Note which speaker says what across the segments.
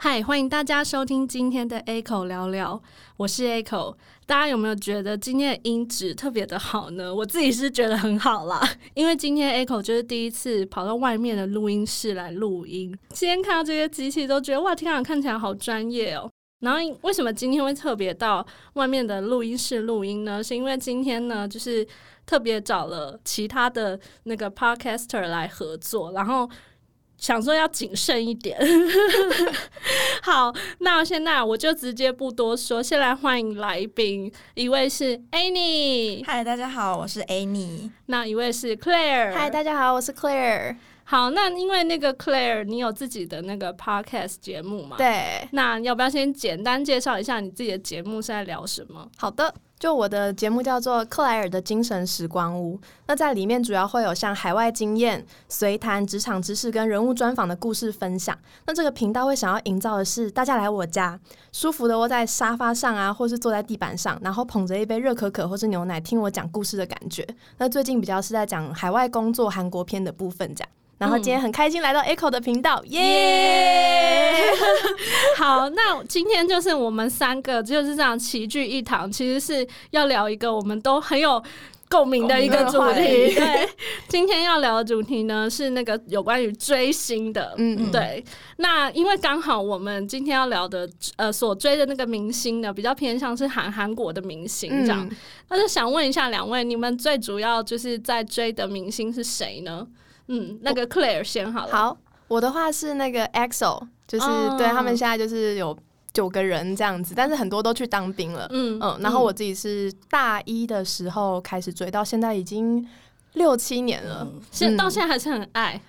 Speaker 1: 嗨，欢迎大家收听今天的 A 口聊聊，我是 A 口。大家有没有觉得今天的音质特别的好呢？我自己是觉得很好啦， 因为今天 A 口就是第一次跑到外面的录音室来录音，今天看到这些机器都觉得哇，天啊，看起来好专业哦。然后为什么今天会特别到外面的录音室录音呢？是因为今天呢，就是特别找了其他的那个 podcaster 来合作，然后想说要谨慎一点。 好，那现在我就直接不多说，先来欢迎来宾，一位是 Annie，
Speaker 2: 嗨，大家好，我是 Annie。
Speaker 1: 那一位是 Claire。
Speaker 3: 嗨，大家好，我是 Claire。
Speaker 1: 好，那因为那个 Claire，你有自己的那个 podcast 节目
Speaker 2: 啊
Speaker 1: 嘛？。
Speaker 3: 对，
Speaker 1: 那要不要先简单介绍一下你自己的节目是在聊什么？
Speaker 3: 好的。就我的节目叫做《克莱尔的精神时光屋》，那在里面主要会有像海外经验、随谈、职场知识跟人物专访的故事分享。那这个频道会想要营造的是，大家来我家，舒服的窝在沙发上啊，或是坐在地板上，然后捧着一杯热可可或是牛奶，听我讲故事的感觉。那最近比较是在讲海外工作、韩国篇的部分这样。然后今天很开心来到 Echo 的频道，耶、
Speaker 1: 好，那今天就是我们三个就是这样齐聚一堂，其实是要聊一个我们都很有。共鸣的一个主
Speaker 2: 共鸣的话
Speaker 1: 题，
Speaker 2: 题
Speaker 1: 对，今天要聊的主题呢是那个有关于追星的，
Speaker 3: 嗯，
Speaker 1: 对，那因为刚好我们今天要聊的，呃，所追的那个明星呢，比较偏向是韩韩国的明星这样。
Speaker 3: 嗯
Speaker 1: 那就想问一下两位，你们最主要就是在追的明星是谁呢？嗯，那个 Claire 先好了。，
Speaker 3: 好，我的话是那个 EXO，就是、
Speaker 1: 哦
Speaker 3: 对他们现在就是有九个人这样子，但是很多都去当兵了。
Speaker 1: 嗯
Speaker 3: 嗯然后我自己是大一的时候开始追，到现在已经六七年了。
Speaker 1: 现
Speaker 3: 嗯
Speaker 1: 到现在还是很爱，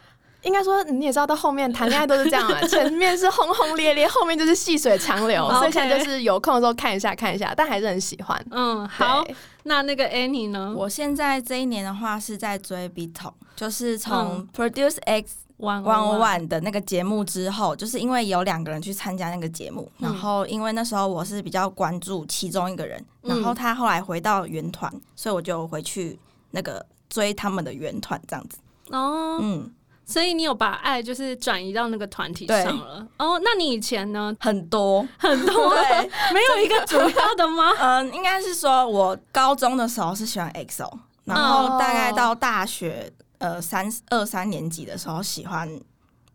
Speaker 3: 应该说你也知道，到后面谈恋爱都是这样嘛，前面是轰轰烈烈，后面就是细水长流
Speaker 1: OK
Speaker 3: 所以现在就是有空的时候看一下看一下，但还是很喜欢。
Speaker 1: 嗯，好
Speaker 3: 对，，
Speaker 1: 那那个 Annie 呢？
Speaker 2: 我现在这一年的话是在追 B Top，就是从
Speaker 1: 嗯
Speaker 2: Produce X
Speaker 1: 玩
Speaker 2: One One 的那个节目之后，就是因为有两个人去参加那个节目，
Speaker 1: 嗯
Speaker 2: 然后因为那时候我是比较关注其中一个人，
Speaker 1: 嗯
Speaker 2: 然后他后来回到原团，所以我就回去那个追他们的原团这样子。
Speaker 1: 哦，
Speaker 2: 嗯，
Speaker 1: 所以你有把爱就是转移到那个团体
Speaker 2: 对
Speaker 1: 上了。哦，那你以前呢？
Speaker 2: 很多
Speaker 1: 很 多
Speaker 2: 对，
Speaker 1: 没有一个主要的吗？
Speaker 2: 嗯， 应该是说我高中的时候是喜欢 EXO，然后大概到大学呃三二三年级的时候喜欢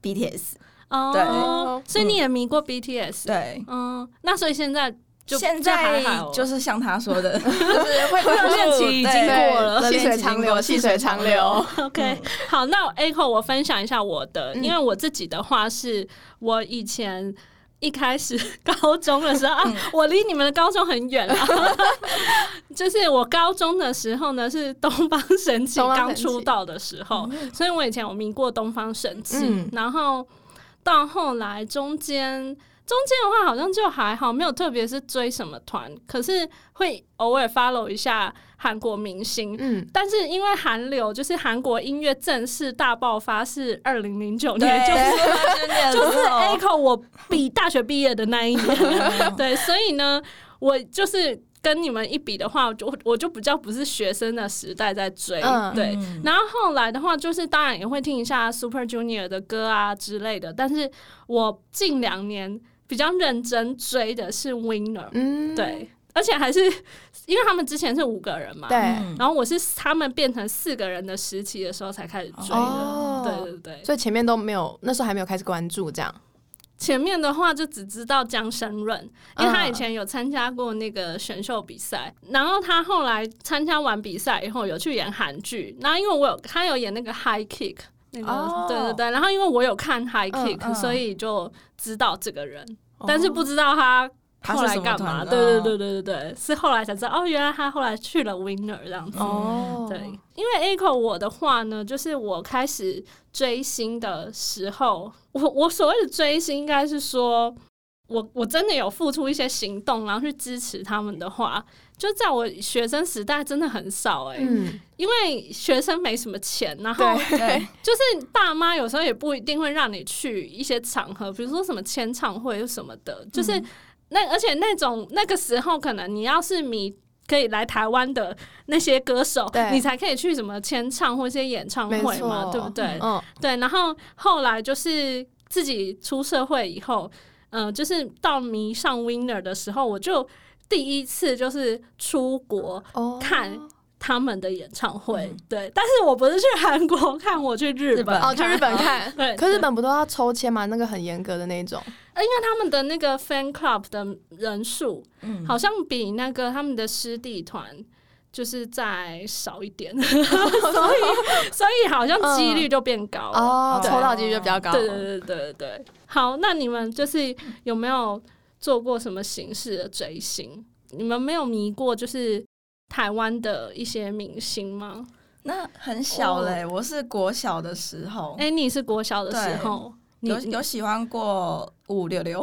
Speaker 2: BTS。
Speaker 1: 哦，所以你也迷过 BTS，、
Speaker 2: 对，
Speaker 1: 嗯，那所以现在就
Speaker 2: 现
Speaker 1: 就还
Speaker 2: 在
Speaker 1: 好
Speaker 2: 就是像他说的，就是会关注
Speaker 1: 热恋期已经
Speaker 2: 对
Speaker 1: 过了
Speaker 3: 对细水长流，细水长流。
Speaker 1: OK。好，
Speaker 2: 嗯
Speaker 1: 那 Echo 我分享一下我的，
Speaker 3: 嗯
Speaker 1: 因为我自己的话是我以前。一开始 高中的时候
Speaker 3: 嗯
Speaker 1: 啊，我离你们的高中很远 了。就是我高中的时候呢，是东方神起
Speaker 3: 东方
Speaker 1: 刚
Speaker 3: 神起
Speaker 1: 出道的时候，
Speaker 2: 嗯
Speaker 1: 所以我以前有迷过东方神起，
Speaker 3: 嗯
Speaker 1: 然后到后来中间。中间的话好像就还好，没有特别是追什么团，可是会偶尔 follow 一下韩国明星。
Speaker 3: 嗯，
Speaker 1: 但是因为韩流就是韩国音乐正式大爆发是二零零九年，
Speaker 2: 对，
Speaker 1: 就是
Speaker 2: 就
Speaker 1: 就
Speaker 2: 是
Speaker 1: 是
Speaker 3: 哦
Speaker 1: Echo 我比大学毕业的那一 年，对，所以呢，我就是跟你们一比的话，我就我就比较不是学生的时代在追，
Speaker 3: 嗯
Speaker 1: 对。
Speaker 2: 嗯
Speaker 1: 然后后来的话，就是当然也会听一下 Super Junior 的歌啊之类的，但是我近两年比较认真追的是 Winner，、
Speaker 3: 嗯，
Speaker 1: 对，而且还是因为他们之前是五个人嘛，
Speaker 3: 对，
Speaker 2: 嗯
Speaker 1: 然后我是他们变成四个人的时期的时候才开始追的，
Speaker 3: 哦
Speaker 1: 对对对。
Speaker 3: 所以前面都没有，那时候还没有开始关注这样。
Speaker 1: 前面的话就只知道江生润，因为他
Speaker 3: 嗯
Speaker 1: 以前有参加过那个选秀比赛，然后他后来参加完比赛以后有去演韩剧，然后因为我有他有演那个 High Kick。那个、
Speaker 3: 哦
Speaker 1: 对对对，然后因为我有看 High
Speaker 3: 嗯哦
Speaker 1: Kick，、
Speaker 2: 嗯
Speaker 1: 所以就知道这个人，但是不知道他
Speaker 2: 他
Speaker 1: 后
Speaker 2: 是
Speaker 1: 来
Speaker 2: 什么
Speaker 1: 干
Speaker 2: 团
Speaker 1: 嘛。
Speaker 2: 的
Speaker 1: 对对对对对对，是后来才知道哦，原来他后来去了 Winner 这样子。
Speaker 3: 哦，
Speaker 1: 对，因为 Echo 我的话呢，就是我开始追星的时候，我我所谓的追星，应该是说我我真的有付出一些行动，然后去支持他们的话，就在我学生时代真的很少哎、
Speaker 3: 嗯，
Speaker 1: 因为学生没什么钱，然后
Speaker 3: 对，
Speaker 2: 对，
Speaker 1: 就是爸妈有时候也不一定会让你去一些场合，比如说什么签唱会什么
Speaker 3: 嗯
Speaker 1: 的，就是那而且那种那个时候，可能你要是迷。可以来台湾的那些歌手，
Speaker 3: 对
Speaker 1: 你才可以去什么签唱或一些演唱
Speaker 3: 没
Speaker 1: 会嘛，
Speaker 3: 错，
Speaker 1: 对不对？
Speaker 3: 嗯，
Speaker 1: 对，然后后来就是自己出社会以后，呃，就是到迷上 Winner 的时候，我就第一次就是出国
Speaker 3: 哦
Speaker 1: 看他们的演唱会，对，但是我不是去韩国看，我去日本
Speaker 3: 哦，去嗯日本看。
Speaker 1: 对，
Speaker 3: 可日
Speaker 1: 对
Speaker 3: 本不都要抽签吗？那个很严格的那一种。
Speaker 1: 呃因为他们的那个 fan club 的人数
Speaker 2: 嗯，
Speaker 1: 好像比那个他们的师弟团就是再少一 点，
Speaker 3: 所以
Speaker 1: 所以好像几率就变高了。
Speaker 3: 哦，
Speaker 2: 对
Speaker 3: 抽到几率就比较高。
Speaker 1: 对对对对对，好，那你们就是有没有做过什么形式的追星？你们没有迷过就是台湾的一些明星吗？
Speaker 2: 那很小嘞、我是国小的时
Speaker 3: 哦
Speaker 2: 候，
Speaker 1: 哎、你是国小的时候，你
Speaker 2: 有有喜欢过五 六六，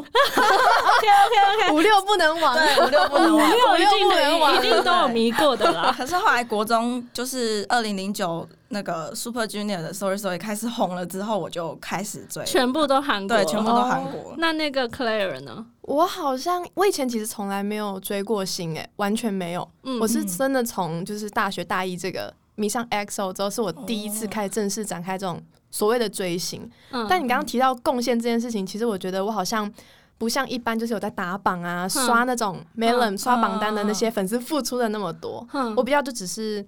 Speaker 3: 五六不能亡。
Speaker 2: 对，五六不能 忘。
Speaker 1: 五六一定
Speaker 3: 五六不能
Speaker 1: 的，
Speaker 3: 玩
Speaker 1: 一定都有迷过的 啦。
Speaker 2: 可是后来国中就是二零零九那个 Super Junior 的 Sorry Sorry 开始红了之后，我就开始追，
Speaker 1: 全部都韩国，哦
Speaker 2: 对，全部都韩国。
Speaker 1: 那那个 Claire 呢？
Speaker 3: 我好像我以前其实从来没有追过星，哎，完全没有。
Speaker 1: 嗯
Speaker 3: 我是真的从就是大学大一这个迷上 EXO 之后，是我第一次开始正式展开这种所谓的追星。
Speaker 1: 嗯
Speaker 3: 但你刚刚提到贡献这件事情，其实我觉得我好像不像一般就是有在打榜啊、刷那种 Melon、
Speaker 1: 嗯
Speaker 3: 刷榜单的那些粉丝付出的那么多。
Speaker 1: 嗯
Speaker 3: 我比较就只是。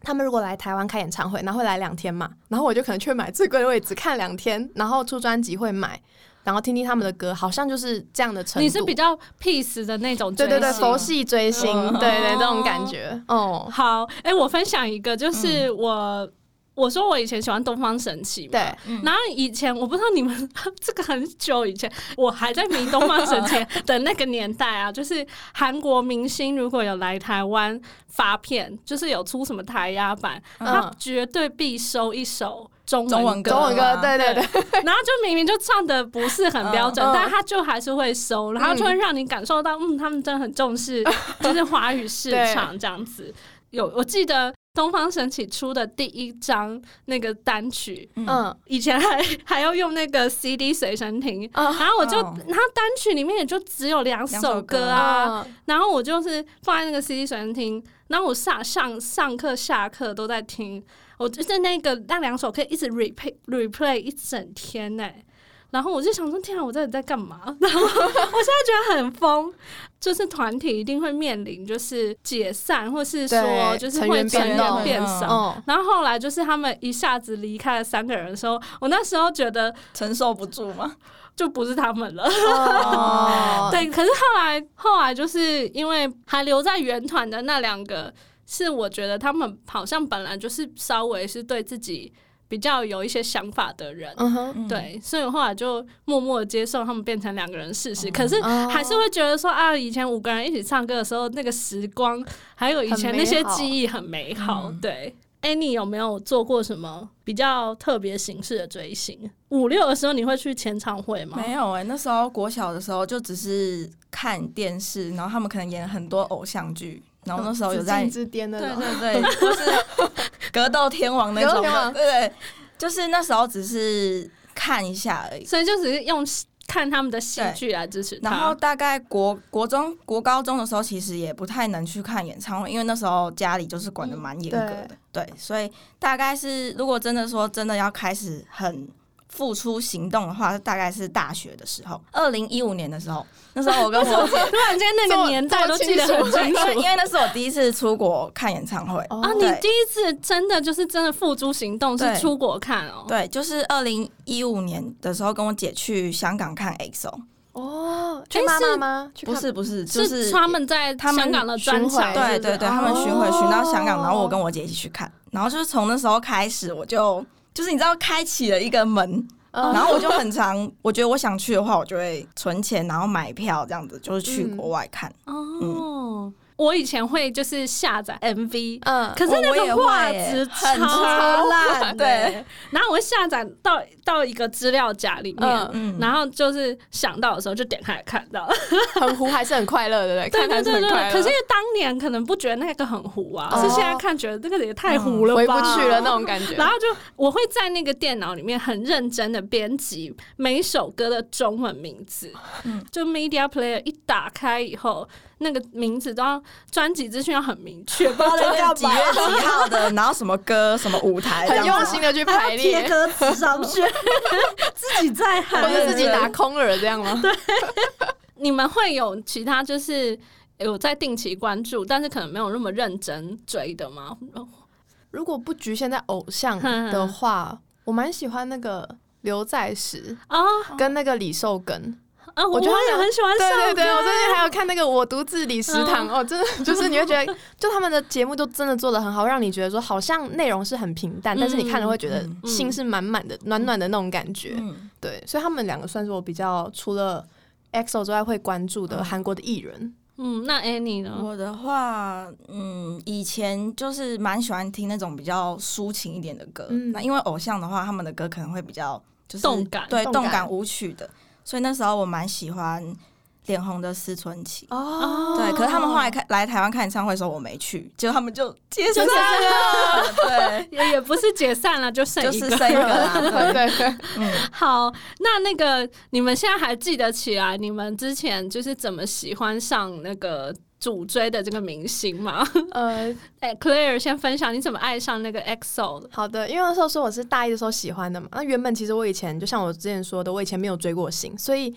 Speaker 3: 他们如果来台湾开演唱会，然后会来两天嘛，然后我就可能去买最贵的位置看两天，然后出专辑会买，然后听听他们的歌，好像就是这样的程度。
Speaker 1: 你是比较 peace 的那种追
Speaker 3: 对
Speaker 1: 星，
Speaker 3: 对对佛系追星，
Speaker 2: 嗯
Speaker 3: 对对这种感觉，哦，
Speaker 1: 好，哎、我分享一个，就是我、我说我以前喜欢东方神起嘛，
Speaker 3: 嗯对，
Speaker 1: 然后以前我不知道你们 这个很久以前，我还在迷东方神 起的那个年代啊，就是韩国明星如果有来台湾发片，就是有出什么台压版，
Speaker 3: 嗯
Speaker 1: 他绝对必收一首中
Speaker 2: 中
Speaker 1: 文
Speaker 2: 文
Speaker 1: 歌，
Speaker 2: 歌
Speaker 3: 中文歌，
Speaker 2: 吗
Speaker 3: 对对对，
Speaker 1: 然后就明明就唱的不是很标准，
Speaker 3: 嗯嗯
Speaker 1: 但他就还是会收，然后就会让你感受到，嗯，他们真的很重视，就是华语市场这样子。有，我记得东方神起出的第一张那个单曲，
Speaker 2: 嗯，
Speaker 3: 嗯
Speaker 1: 以前还还要用那个 CD 随身听，
Speaker 3: 嗯
Speaker 1: 然后我就，
Speaker 2: 哦
Speaker 1: 然后单曲里面也就只有两首歌啊，
Speaker 3: 啊，
Speaker 1: 然后我就是放在那个 CD 随身听，然后我上上上课下课都在听，我就是那个那两首可以一直 replay replay 一整天呢、然后我就想说，天啊，我到底在干嘛？ 然后我现在觉得很疯，就是团体一定会面临就是解散，或是说
Speaker 3: 对
Speaker 1: 就是
Speaker 3: 成
Speaker 1: 会
Speaker 3: 员
Speaker 1: 成
Speaker 3: 变
Speaker 1: 员
Speaker 3: 动
Speaker 1: 变
Speaker 2: 嗯
Speaker 1: 少。
Speaker 3: 嗯，
Speaker 1: 然后后来就是他们一下子离开了三个人的时候，我那时候觉得
Speaker 2: 承受不住嘛。
Speaker 1: 就不是他们了。
Speaker 3: 嗯哦，
Speaker 1: 对，可是后来后来就是因为还留在原团的那两个，是我觉得他们好像本来就是稍微是对自己比较有一些想法的人。
Speaker 3: 嗯哼，
Speaker 2: 嗯，
Speaker 1: 对，所以我后来就默默地接受他们变成两个人试试，
Speaker 2: 哦
Speaker 1: 可是
Speaker 3: 哦
Speaker 1: 还是会觉得说啊，以前五个人一起唱歌的时候，那个时光，还有以前
Speaker 3: 很
Speaker 1: 那
Speaker 3: 美
Speaker 1: 些
Speaker 3: 好
Speaker 1: 记忆很美好。
Speaker 2: 嗯
Speaker 1: 对，哎，你有没有做过什么比较特别形式的追星？五六的时候你会去签唱会吗？
Speaker 2: 没有哎、那时候国小的时候就只是看电视，然后他们可能演很多偶像剧，
Speaker 3: 哦
Speaker 2: 然后那时候有
Speaker 3: 紫
Speaker 2: 在
Speaker 3: 禁之巅那
Speaker 2: 对
Speaker 3: 种，
Speaker 2: 对对，就是啊 格斗天王那
Speaker 3: 格斗
Speaker 2: 种
Speaker 3: 天
Speaker 2: 的，
Speaker 3: 王
Speaker 2: 对对，就是那时候只是看一下而已。
Speaker 1: 所以就只是用看他们的戏剧来支持他。
Speaker 2: 然后大概国国中、国高中的时候，其实也不太能去看演唱会，因为那时候家里就是管的蛮严格的，对，所以大概是如果真的说真的要开始很付出行动的话，大概是大学的时候，二零一五年的时候，那时候我跟我姐
Speaker 1: 突然间那个年代都记得 很
Speaker 2: 因
Speaker 1: 清
Speaker 2: 为
Speaker 1: 楚
Speaker 2: 因为那是我第一次出国看演唱会，
Speaker 1: 啊！
Speaker 3: 哦
Speaker 1: 你
Speaker 2: 对
Speaker 1: 第一次真的就是真的付诸行动，是
Speaker 2: 对
Speaker 1: 出国看哦。
Speaker 2: 对，就是二零一五年的时候跟我姐去香港看 EXO，
Speaker 3: 哦，去妈妈吗？去看
Speaker 2: 不，是不是，就是是
Speaker 1: 他们在
Speaker 2: 他们
Speaker 1: 香港的专
Speaker 3: 巡
Speaker 1: 场，是
Speaker 3: 回
Speaker 2: 对
Speaker 1: 不是
Speaker 2: 对对，
Speaker 1: 哦
Speaker 2: 他们巡回巡到香港，
Speaker 3: 哦
Speaker 2: 然后我跟我姐一起去看，然后就是从那时候开始，我就就是你知道开启了一个门，
Speaker 3: 嗯
Speaker 2: 然后我就很常，我觉得我想去的话，我就会存钱，然后买票这样子，就是去
Speaker 3: 嗯
Speaker 2: 国外看。嗯
Speaker 1: 哦。我以前会就是下载 MV，
Speaker 3: 嗯，
Speaker 1: 可是那
Speaker 2: 呃哦我也
Speaker 1: 个
Speaker 2: 会
Speaker 1: 画
Speaker 2: 耶
Speaker 1: 质
Speaker 2: 很
Speaker 1: 超
Speaker 2: 超
Speaker 1: 烂
Speaker 2: 烂
Speaker 1: 的
Speaker 2: 对，
Speaker 1: 然后我会下载到到一个资料夹里面，
Speaker 3: 嗯
Speaker 2: 嗯，
Speaker 1: 然后就是想到的时候就点开来看到，
Speaker 3: 很糊还是很快乐，对不对？
Speaker 1: 对
Speaker 3: 看
Speaker 1: 对
Speaker 3: 还
Speaker 1: 对
Speaker 3: 很
Speaker 1: 对，
Speaker 3: 快
Speaker 1: 对
Speaker 3: 乐
Speaker 1: 可是因为当年可能不觉得那个很糊啊，
Speaker 3: 哦嗯
Speaker 1: 是现在看觉得这个也太糊了吧，
Speaker 3: 回不去了那种感觉。
Speaker 1: 然后就我会在那个电脑里面很认真的编辑
Speaker 3: 嗯
Speaker 1: 每一首歌的中文名字，就 Media Player 一打开以后，那个名字都要专辑资讯要很明确， 不
Speaker 2: 报
Speaker 1: 然
Speaker 2: 了一个
Speaker 1: 要
Speaker 2: 几月几号的，然后什么歌、什么舞台，这
Speaker 3: 很
Speaker 2: 样子
Speaker 3: 用心的去排
Speaker 4: 贴
Speaker 3: 列，
Speaker 4: 歌词上去，
Speaker 1: 自己在喊
Speaker 3: 或者自己打
Speaker 1: 对
Speaker 3: 空耳这样吗？对，
Speaker 1: 你们会有其他就是有在定期关注，但是可能没有那么认真追的吗？
Speaker 3: 哦如果不局限在偶像的话，我蛮喜欢那个刘在石
Speaker 1: 啊
Speaker 3: 跟那个李寿根。
Speaker 1: 啊！
Speaker 3: 我觉得他
Speaker 1: 也
Speaker 3: 们
Speaker 1: 很喜欢上
Speaker 3: 对对对，
Speaker 1: 歌
Speaker 3: 我最近还有看那个《我独自理食堂》哦，真的就是你会觉得，就他们的节目就真的做的很好，让你觉得说好像内容是很平淡，但是你看了会觉得
Speaker 2: 嗯
Speaker 1: 嗯
Speaker 3: 心是满满的、暖暖的那种感觉。
Speaker 2: 嗯，
Speaker 3: 对，所以他们两个算是我比较除了 EXO 之外会关注的韩国的艺人。
Speaker 1: 嗯，那 Annie 呢？
Speaker 2: 我的话，嗯，以前就是蛮喜欢听那种比较抒情一点的歌。
Speaker 3: 嗯
Speaker 2: 那因为偶像的话，他们的歌可能会比较就是
Speaker 1: 动感
Speaker 2: 对
Speaker 3: 动
Speaker 2: 动
Speaker 3: 感
Speaker 2: 感舞曲的，所以那时候我蛮喜欢脸红的思春期。
Speaker 1: 哦
Speaker 2: 对，可是他们后来看来台湾看演唱会的时候，我没去，结果他们就解散
Speaker 1: 就解
Speaker 2: 了。对，
Speaker 1: 也也不是解散了，就剩
Speaker 2: 就
Speaker 1: 一个。
Speaker 2: 是剩一个 啦。
Speaker 3: 对
Speaker 2: 对，
Speaker 3: 对对，
Speaker 2: 嗯，
Speaker 1: 好，那那个你们现在还记得起来你们之前就是怎么喜欢上那个主追的这个明星吗？
Speaker 3: 呃，
Speaker 1: 哎、c l a i r e 先分享你怎么爱上那个 EXO 的。
Speaker 3: 好的，因为那时候说我是大一的时候喜欢的嘛，那原本其实我以前就像我之前说的，我以前没有追过星，所以。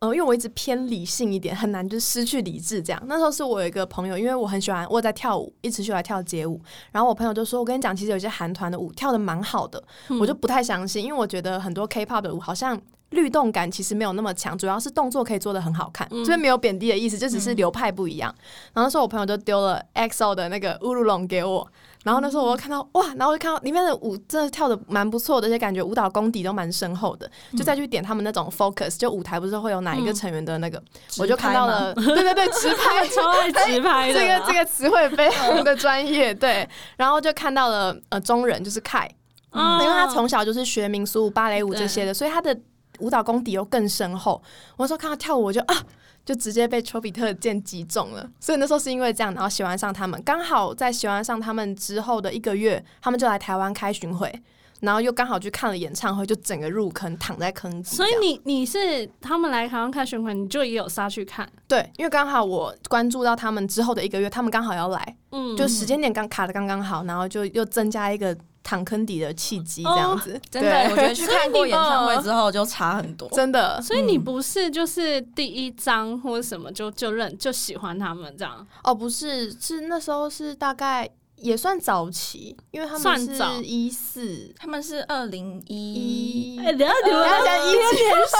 Speaker 3: 呃，因为我一直偏理性一点，很难就失去理智这样。那时候是我有一个朋友，因为我很喜欢，我有在跳舞，一直喜欢跳街舞。然后我朋友就说：“我跟你讲，其实有些韩团的舞跳的蛮好的。
Speaker 2: 嗯
Speaker 3: 我就不太相信，因为我觉得很多 K-pop 的舞好像律动感其实没有那么强，主要是动作可以做的很好看，
Speaker 1: 嗯
Speaker 3: 所以没有贬低的意思，就只是流派不一样。然后那时候我朋友就丢了 EXO 的那个乌鲁龙给我，然后那时候我又看到哇，然后我就看到里面的舞真的跳的蛮不错的，而且感觉舞蹈功底都蛮深厚的，
Speaker 2: 嗯
Speaker 3: 就再去点他们那种 focus，就舞台不是会有哪一个
Speaker 1: 嗯
Speaker 3: 成员的那个，
Speaker 2: 直
Speaker 3: 我就看到
Speaker 2: 拍吗
Speaker 3: 了，对对对，直拍
Speaker 1: 超爱直拍
Speaker 3: 这
Speaker 1: 的啦，
Speaker 3: 个这个词汇非常的专 业，对，然后就看到了呃中人就是凯，
Speaker 1: 啊，
Speaker 3: 嗯因为他从小就是学民俗舞、芭蕾舞这些的，所以他的舞蹈功底又更深厚。我那时候看他跳舞，我就啊，就直接被丘比特箭击中了。所以那时候是因为这样，然后喜欢上他们。刚好在喜欢上他们之后的一个月，他们就来台湾开巡回，然后又刚好去看了演唱会，就整个入坑，躺在坑底这
Speaker 1: 所
Speaker 3: 样。
Speaker 1: 以你你是他们来台湾看巡回，你就也有杀去看，
Speaker 3: 对，因为刚好我关注到他们之后的一个月，他们刚好要来，
Speaker 1: 嗯，
Speaker 3: 就时间点刚卡的刚刚好，然后就又增加一个躺坑底的契机，这样子。
Speaker 2: 真的，
Speaker 3: 对
Speaker 2: 我 觉得去看过演唱会之后就差很多。
Speaker 3: 真的，
Speaker 1: 哦所以你不是就是第一章或者什么就就认就喜欢他们这样，
Speaker 3: 哦，不是，是那时候是大概也算早期，因为他们
Speaker 1: 算早
Speaker 3: 是一四
Speaker 2: 他们是二零一
Speaker 3: 一，
Speaker 1: 哎、等下你
Speaker 3: 不要讲一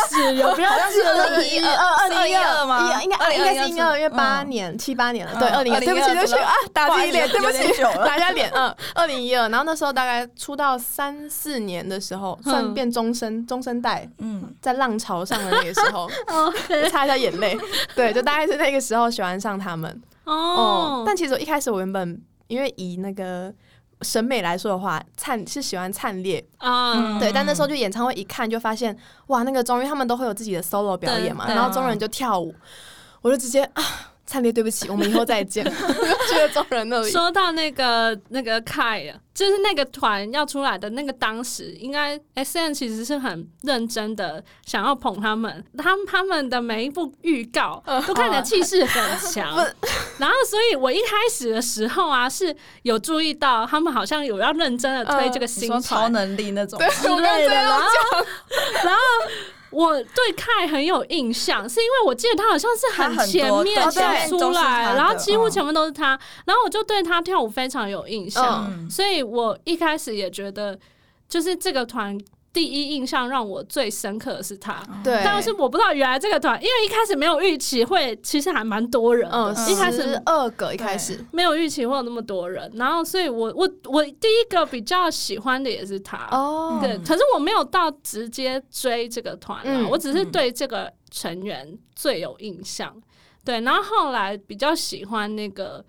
Speaker 1: 是有不要
Speaker 2: 好像是二零
Speaker 3: 一
Speaker 2: 一
Speaker 3: 二
Speaker 2: 二
Speaker 3: 二
Speaker 2: 二
Speaker 3: 零
Speaker 2: 零
Speaker 3: 一
Speaker 2: 一
Speaker 3: 二
Speaker 2: 二吗
Speaker 3: 一应该应该是一二，因为八
Speaker 2: 嗯
Speaker 3: 年七八年了，对，
Speaker 2: 嗯
Speaker 3: 二零，对不起，
Speaker 2: 2012
Speaker 3: 对不起啊，打自己 脸，对不
Speaker 2: 不好意思有点
Speaker 3: 起，
Speaker 2: 久了
Speaker 3: 打一下脸，嗯， 二零一二，然后那时候大概出道三四年的时候，算
Speaker 1: 嗯
Speaker 3: 变中生中生代，
Speaker 2: 嗯，
Speaker 3: 在浪潮上的那个时候，
Speaker 1: 哦
Speaker 3: 擦一下眼泪， 对，就大概是那个时候喜欢上他们。哦
Speaker 1: 哦，，
Speaker 3: 但其实我一开始我原本因为以那个审美来说的话，灿是喜欢灿烈，
Speaker 1: 啊，
Speaker 3: 对，但嗯那时候就演唱会一看就发现，哇，那个中因他们都会有自己的 solo 表演嘛，
Speaker 1: 对啊
Speaker 3: 然后中人就跳舞，我就直接啊，灿烈对不起，我们以后 再见，去了中人那里。
Speaker 1: 说到那个那个凯，就是那个团要出来的那个，当时应该 S N 其实是很认真的想要捧他们，他们他们的每一部预告都看起来气势很强。然后，所以我一开始的时候啊，是有注意到他们好像有要认真的推这个
Speaker 2: 你
Speaker 1: 新
Speaker 2: 说超
Speaker 1: 团
Speaker 2: 能力那种哦
Speaker 3: 对，，
Speaker 1: 之
Speaker 3: 我刚
Speaker 1: 类的，
Speaker 3: 才
Speaker 1: 然后然后。我对凯很有印象，是因为我记得他好像是
Speaker 2: 他很
Speaker 1: 前
Speaker 2: 多
Speaker 1: 面
Speaker 2: 对
Speaker 1: 先
Speaker 2: 前面都
Speaker 1: 出
Speaker 2: 是他
Speaker 1: 来，
Speaker 2: 的
Speaker 1: 然后几乎
Speaker 2: 嗯
Speaker 1: 全部都是他，然后我就对他跳舞非常有印象。
Speaker 2: 嗯
Speaker 1: 所以我一开始也觉得，就是这个团第一印象让我最深刻的是他。
Speaker 3: 对，
Speaker 1: 但是我不知道原来这个团，因为一开始没有预期会，其实还蛮多人的，
Speaker 3: 嗯，
Speaker 1: 一开始
Speaker 3: 二个一开始，
Speaker 1: 没有预期会有那么多人，然后所以我我我第一个比较喜欢的也是他。
Speaker 3: 哦
Speaker 1: 对，可是我没有到直接追这个团啊，
Speaker 3: 嗯
Speaker 1: 我只是对这个成员最有印象。对，然后后来比较喜欢那个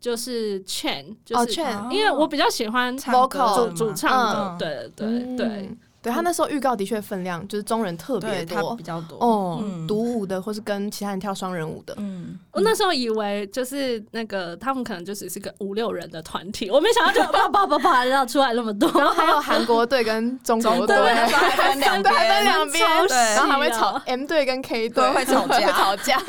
Speaker 1: 就是 Chen，就
Speaker 3: 哦
Speaker 1: 是、啊
Speaker 3: ，Chen
Speaker 1: 因为我比较喜欢
Speaker 2: 唱歌
Speaker 3: vocal
Speaker 1: 主
Speaker 2: 嘛
Speaker 1: 主唱的，
Speaker 2: 嗯
Speaker 1: 对对对，
Speaker 3: 嗯对他那时候预告的确分量就是中人特别
Speaker 2: 对他
Speaker 3: 多
Speaker 2: 比，较多。
Speaker 3: 哦
Speaker 2: 嗯，
Speaker 3: 独舞的或是跟其他人跳双人舞的，
Speaker 2: 嗯，
Speaker 1: 我那时候以为就是那个他们可能就只是个五六人的团体，我没想到就啪啪啪啪要出来那么多，
Speaker 3: 然后还有韩国队跟中国队，
Speaker 2: 对，还分两
Speaker 3: 对，还分
Speaker 2: 边，
Speaker 3: 两边，
Speaker 1: 超
Speaker 3: 然后还会
Speaker 1: 细啊
Speaker 3: 吵 M 队跟 K 队
Speaker 2: 对会吵架
Speaker 3: 会吵架。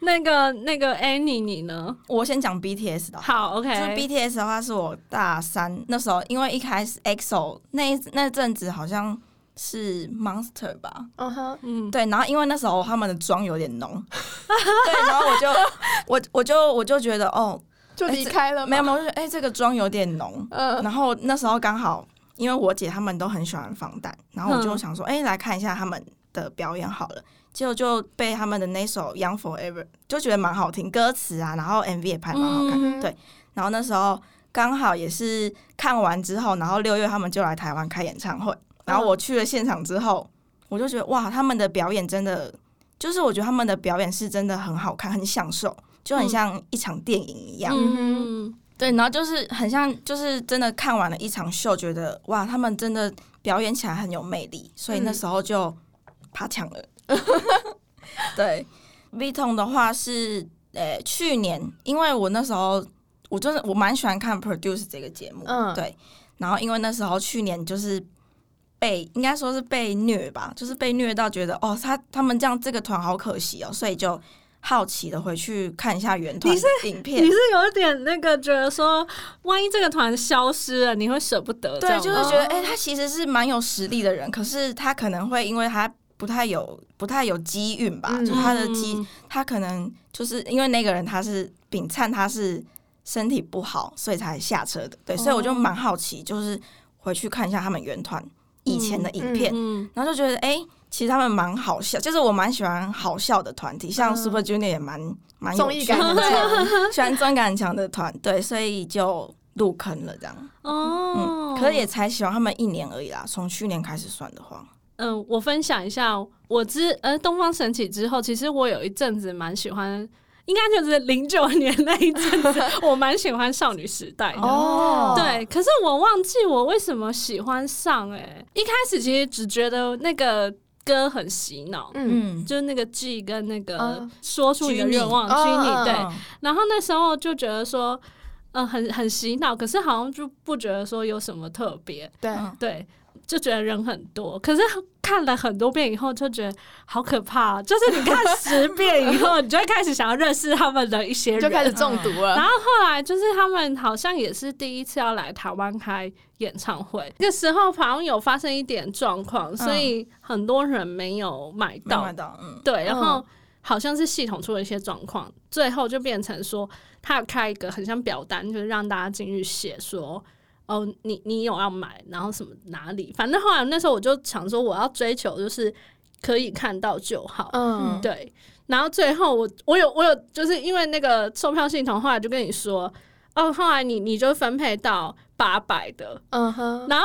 Speaker 1: 那个那个 Annie 你呢？
Speaker 2: 我先讲 BTS 的好了，
Speaker 1: 好，OK，
Speaker 2: 就是 BTS 的话，是我大三那时候，因为一开始 EXO 那一那阵子好像是 Monster 吧，
Speaker 3: 嗯哼，
Speaker 1: 嗯，
Speaker 2: 对，然后因为那时候他们的妆有点 浓，对，然后我就我我就我就觉得哦，
Speaker 3: 就离开了吗，
Speaker 2: 没有没有，我就觉得哎、这个妆有点浓，
Speaker 3: 嗯，
Speaker 2: 然后那时候刚好因为我姐她们都很喜欢防弹，然后我就想说，哎、来看一下他们的表演好了。结果就被他们的那首《Young Forever》就觉得蛮好听，歌词啊，然后 MV 也拍蛮好看的。
Speaker 3: 嗯
Speaker 2: 对然后那时候刚好也是看完之后，然后六月他们就来台湾开演唱会，然后我去了现场之后，我就觉得哇，他们的表演真的，就是我觉得他们的表演是真的很好看，很享受，就很像一场电影一样。
Speaker 1: 嗯嗯
Speaker 2: 对，然后就是很像，就是真的看完了一场秀，觉得哇，他们真的表演起来很有魅力，所以
Speaker 1: 嗯
Speaker 2: 那时候就爬墙了。 对，V 痛的话是呃去年，因为我那时候我真的我蛮喜欢看 Produce 这个节目，
Speaker 3: 嗯
Speaker 2: 对，然后因为那时候去年就是。被应该说是被虐吧，就是被虐到觉得哦，他他们这样这个团好可惜哦，所以就好奇的回去看一下原团
Speaker 1: 你是
Speaker 2: 影片。
Speaker 1: 你是有点那个觉得说，万一这个团消失了，你会舍不得这
Speaker 2: 对，
Speaker 1: 样吗，
Speaker 2: 就是觉得
Speaker 3: 哦
Speaker 2: 哎、诶他其实是蛮有实力的人，可是他可能会因为他不太有不太有机运吧，
Speaker 3: 嗯
Speaker 2: 就他的机，
Speaker 1: 嗯
Speaker 2: 他可能就是因为那个人他是秉灿，他是身体不好，所以才下车的。对，所以我就
Speaker 1: 哦
Speaker 2: 蛮好奇，就是回去看一下他们原团以前的影片，
Speaker 1: 嗯，
Speaker 2: 然后就觉得哎、诶其实他们蛮好笑，就是我蛮喜欢好笑的团体，像
Speaker 3: 嗯
Speaker 2: Super Junior 也蛮蛮有
Speaker 3: 综艺
Speaker 2: 趣
Speaker 3: 感很
Speaker 2: 的
Speaker 3: 强，
Speaker 2: 喜欢综艺感很强的团，对，所以就入坑了这样。
Speaker 1: 哦
Speaker 2: 嗯，，可是也才喜欢他们一年而已啦，从去年开始算的话，
Speaker 1: 嗯，我分享一下，我之呃东方神起之后，其实我有一阵子蛮喜欢，应该就是零九年那一阵子，我蛮喜欢少女时代的。
Speaker 3: 哦
Speaker 1: 对，可是我忘记我为什么喜欢上哎、欸一开始其实只觉得那个歌很洗脑，
Speaker 3: 嗯，
Speaker 2: 嗯，
Speaker 1: 就是那个 G 跟那个
Speaker 3: 嗯
Speaker 1: 说出你的
Speaker 2: Ginny
Speaker 1: 愿望
Speaker 3: 哦
Speaker 1: G
Speaker 3: 嗯
Speaker 1: 你对，
Speaker 2: 嗯
Speaker 1: 然后那时候就觉得说，嗯、很很洗脑，可是好像就不觉得说有什么特别，
Speaker 3: 对，
Speaker 2: 嗯
Speaker 1: 对，就觉得人很多。可是看了很多遍以后，就觉得好可怕、就是你看十遍以后，你就会开始想要认识他们的一些人。
Speaker 3: 就开始中毒
Speaker 1: 然
Speaker 3: 了，
Speaker 1: 后后来就是他们好像也是第一次要来台湾开演唱会，那个时候好像有发生一点状况，所以很多人没有买
Speaker 2: 没有
Speaker 1: 到
Speaker 2: 买。到，嗯，
Speaker 1: 对，然后
Speaker 3: 嗯
Speaker 1: 好像是系统出了一些状况，最后就变成说他有开一个很像表单，就是让大家进去写说。哦，你你有要买，然后什么哪里？反正后来那时候我就想说，我要追求就是可以看到就好，
Speaker 3: 嗯，
Speaker 1: 对。然后最后我我有我有就是因为那个售票系统，后来就跟你说，哦，后来你你就分配到八百的，
Speaker 3: 嗯哼，
Speaker 1: 然后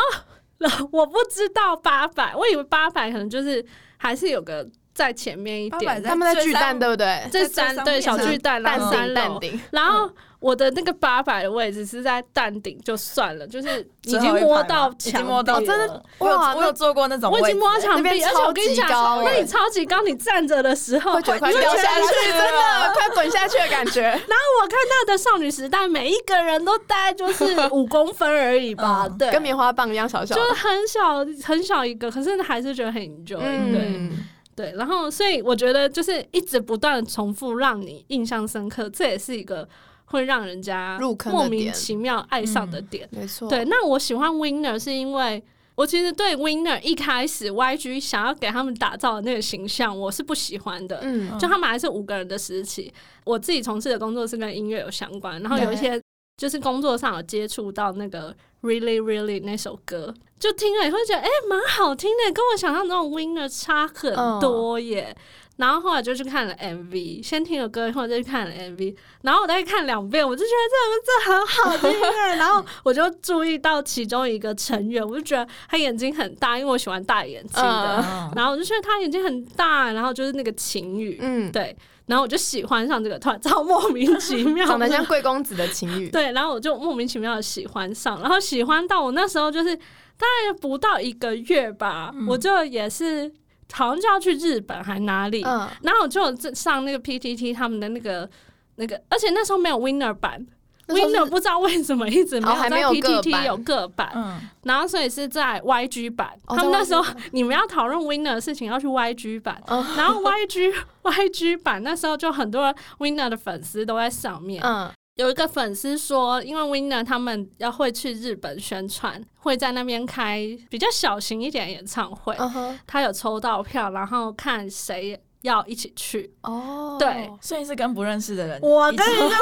Speaker 1: 我不知道八百，我以为八百可能就是还是有个在前面一
Speaker 2: 800
Speaker 1: 点，
Speaker 3: 他们在
Speaker 2: 最
Speaker 3: 巨蛋
Speaker 2: 上
Speaker 3: 对不对？
Speaker 1: 这三
Speaker 2: 在最上
Speaker 1: 对
Speaker 2: 面
Speaker 1: 小
Speaker 3: 上
Speaker 1: 巨蛋，然
Speaker 3: 蛋
Speaker 1: 后
Speaker 3: 顶
Speaker 1: 三
Speaker 3: 蛋
Speaker 1: 楼。
Speaker 3: 顶，
Speaker 1: 然后我的那个八百的位置是在蛋顶，就算了， 就是已
Speaker 2: 最
Speaker 1: 经
Speaker 2: 后一
Speaker 1: 摸
Speaker 2: 排
Speaker 1: 到
Speaker 2: 吗已经
Speaker 1: 墙壁
Speaker 2: 摸
Speaker 1: 了，
Speaker 2: 到
Speaker 3: 哦真的
Speaker 2: 我有
Speaker 3: 哇
Speaker 2: 我有做过那种位
Speaker 1: 我
Speaker 2: 置，
Speaker 1: 已经摸到
Speaker 3: 那
Speaker 1: 墙
Speaker 3: 边
Speaker 1: 壁，而且我跟你
Speaker 3: 超
Speaker 1: 讲
Speaker 3: 级高，
Speaker 1: 那
Speaker 3: 欸
Speaker 1: 你超级高，你站着的时候，
Speaker 3: 会觉得快
Speaker 1: 你会
Speaker 3: 掉
Speaker 1: 觉得
Speaker 3: 下去，啊
Speaker 2: 觉得
Speaker 3: 真的快滚下去的感觉。
Speaker 1: 然后我看到的少女时代，每一个人都大概就是五公分而已吧，
Speaker 2: 嗯
Speaker 1: 对，
Speaker 3: 跟棉花棒一样小小
Speaker 1: 就
Speaker 3: 的，
Speaker 1: 是很小很小一个，可是还是觉得很 enjoy，、对
Speaker 3: 嗯，
Speaker 1: 对。然后，所以我觉得就是一直不断地重复，让你印象深刻，这也是一个会让人家
Speaker 3: 入坑的
Speaker 1: 莫名
Speaker 3: 点
Speaker 1: 其妙爱上的点。
Speaker 3: 没错，
Speaker 1: 对，，那我喜欢 Winner 是因为我其实对 Winner 一开始 YG 想要给他们打造的那个形象，我是不喜欢的。
Speaker 3: 嗯
Speaker 1: 就他们还是五个人的时期，我自己从事的工作是跟音乐有相关，然后有一些就是工作上有接触到那个 Really Really 那首歌，就听了也会觉得哎蛮、好听的，跟我想象中的 Winner 差很多耶。
Speaker 3: 嗯
Speaker 1: 然后后来就去看了 MV，先听了歌，然后再去看了 MV，然后我再看两遍，我就觉得这这很好听 哎。然后我就注意到其中一个成员，我就觉得他眼睛很大，因为我喜欢大眼睛的。
Speaker 3: 嗯
Speaker 2: 嗯
Speaker 1: 然后我就觉得他眼睛很大，然后就是那个情侣，
Speaker 3: 嗯，
Speaker 1: 对，然后我就喜欢上这个团， 超莫名其妙，
Speaker 3: 长得 像。贵公子的情侣，
Speaker 1: 对，然后我就莫名其妙的喜欢上，然后喜欢到我那时候就是大概不到一个月吧，
Speaker 3: 嗯
Speaker 1: 我就也是好像就要去日本还哪里，
Speaker 3: 嗯，
Speaker 1: 然后我就有上那个 PTT 他们的那个那个，而且那时候没有 Winner 版，
Speaker 3: 那时候是
Speaker 1: Winner 不知道为什么一直没有
Speaker 3: 哦还没
Speaker 1: 在
Speaker 3: 有各
Speaker 1: PTT
Speaker 3: 版
Speaker 1: 有各版，
Speaker 2: 嗯，
Speaker 1: 然后所以是在 YG 版。
Speaker 3: 哦
Speaker 1: 他们
Speaker 3: 在
Speaker 1: 那时候
Speaker 3: YG 版
Speaker 1: 你们要讨论 Winner 的事情，要去 YG 版。
Speaker 3: 哦
Speaker 1: 然后 YG YG 版那时候就很多 Winner 的粉丝都在上面。
Speaker 3: 嗯，
Speaker 1: 有一个粉丝说，因为 Winner 他们要会去日本宣传，会在那边开比较小型一点的演唱会。
Speaker 3: 嗯哼，
Speaker 1: 他有抽到票，然后看谁要一起去。
Speaker 3: 哦，
Speaker 1: 对
Speaker 2: 所以是跟不认识的人，
Speaker 3: 我
Speaker 2: 跟人家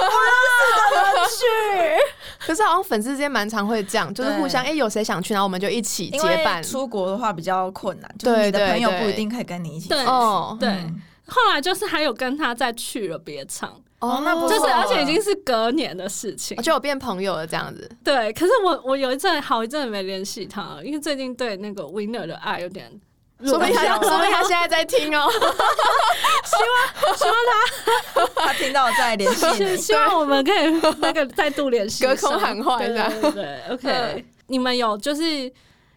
Speaker 3: 可是好像粉丝之间蛮常会这样，就是互相哎、诶有谁想去，然后我们就一起
Speaker 2: 因
Speaker 3: 结
Speaker 2: 为
Speaker 3: 伴。
Speaker 2: 出国的话比较困难，就是
Speaker 3: 对
Speaker 2: 你的
Speaker 3: 对
Speaker 2: 朋友不
Speaker 3: 对
Speaker 2: 一定可以跟你一起去。
Speaker 1: 对
Speaker 3: 哦
Speaker 1: 对
Speaker 2: 嗯
Speaker 1: 后来就是还有跟他再去了别场，
Speaker 2: 哦那不
Speaker 1: 就是
Speaker 2: 错
Speaker 1: 而且已经是隔年的事情
Speaker 3: 我。哦就有变朋友了这样子。
Speaker 1: 对，可是我我有一阵好一阵没联系他了，因为最近对那个 Winner 的爱有点，
Speaker 3: 说不定他，
Speaker 2: 笑了
Speaker 3: 说不定他现在在听哦。
Speaker 2: 他听到再联系
Speaker 1: 希
Speaker 2: 你。
Speaker 1: 希望我们可以那个再度联系上，
Speaker 3: 隔空喊话一下
Speaker 1: 对对对，OK，、
Speaker 3: 嗯
Speaker 1: 你们有就是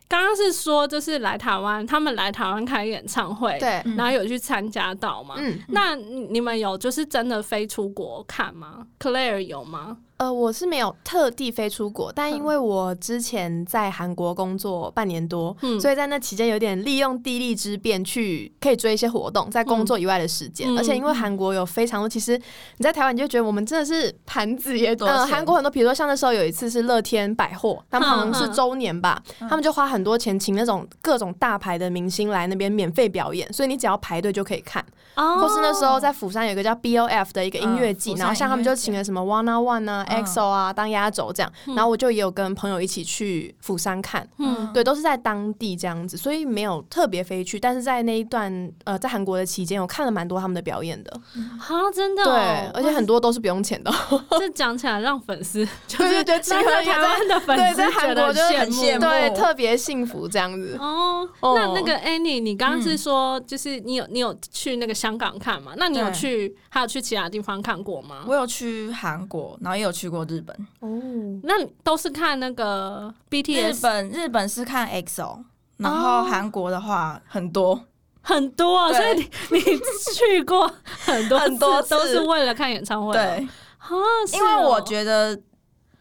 Speaker 1: 刚刚是说就是来台湾，他们来台湾开演唱会，，
Speaker 3: 对，
Speaker 1: 然后有去参加到吗？
Speaker 3: 嗯，
Speaker 1: 那你你们有就是真的飞出国看吗？Claire 有吗？
Speaker 3: 呃，我是没有特地飞出国，
Speaker 1: 嗯
Speaker 3: 但因为我之前在韩国工作半年多，
Speaker 1: 嗯
Speaker 3: 所以在那期间有点利用地利之便去可以追一些活动，在工作以外的时间。
Speaker 1: 嗯
Speaker 3: 而且因为韩国有非常多，其实你在台湾你就觉得我们真的是盘子也
Speaker 2: 多
Speaker 3: 呃，
Speaker 2: 钱
Speaker 3: 韩国很多，比如说像那时候有一次是乐天百货，他们好像是
Speaker 1: 嗯嗯
Speaker 3: 周年吧，他们就花很多钱请那种各种大牌的明星来那边免费表演，所以你只要排队就可以看。
Speaker 1: 哦
Speaker 3: 或是那时候在釜山有一个叫 BOF 的一个音乐季，
Speaker 2: 嗯釜山
Speaker 3: 然后像他们就请了什么 One on One 啊、
Speaker 2: 嗯
Speaker 3: EXO 啊当压轴这样，然后我就也有跟朋友一起去釜山看，
Speaker 1: 嗯，
Speaker 3: 对，都是在当地这样子，所以没有特别飞去，但是在那一段呃在韩国的期间，我看了蛮多他们的表演的，
Speaker 1: 啊，真的、哦，
Speaker 3: 对，而且很多都是不用钱的，
Speaker 1: 这讲起来让粉丝就
Speaker 3: 对
Speaker 1: 是
Speaker 3: 对对亲
Speaker 1: 让
Speaker 3: 和
Speaker 1: 在
Speaker 3: 力
Speaker 1: 台湾的粉
Speaker 3: 对，
Speaker 1: 丝
Speaker 3: 在
Speaker 1: 觉
Speaker 3: 韩
Speaker 1: 得哦
Speaker 3: 国就
Speaker 1: 很
Speaker 3: 是很
Speaker 2: 羡慕
Speaker 3: 对，特别幸福这样子。
Speaker 1: 哦，
Speaker 3: 哦
Speaker 1: 那那个 Annie，你刚刚
Speaker 2: 嗯
Speaker 1: 是说，就是你有你有去那个香港看嘛？那你有
Speaker 2: 对
Speaker 1: 去还有去其他地方看过吗？
Speaker 2: 我有去韩国，然后也有去过日本。
Speaker 3: 哦，
Speaker 1: 那都是看那个
Speaker 2: 日
Speaker 1: BTS
Speaker 2: 本日本是看 EXO，然后韩国的话很多，
Speaker 1: 很多啊，所
Speaker 2: 对
Speaker 1: 以你你去过很多
Speaker 2: 很多
Speaker 1: 次都
Speaker 2: 次
Speaker 1: 是为了看演唱会哦。
Speaker 2: 对，
Speaker 1: 啊，是
Speaker 2: 因为
Speaker 1: 哦
Speaker 2: 我觉得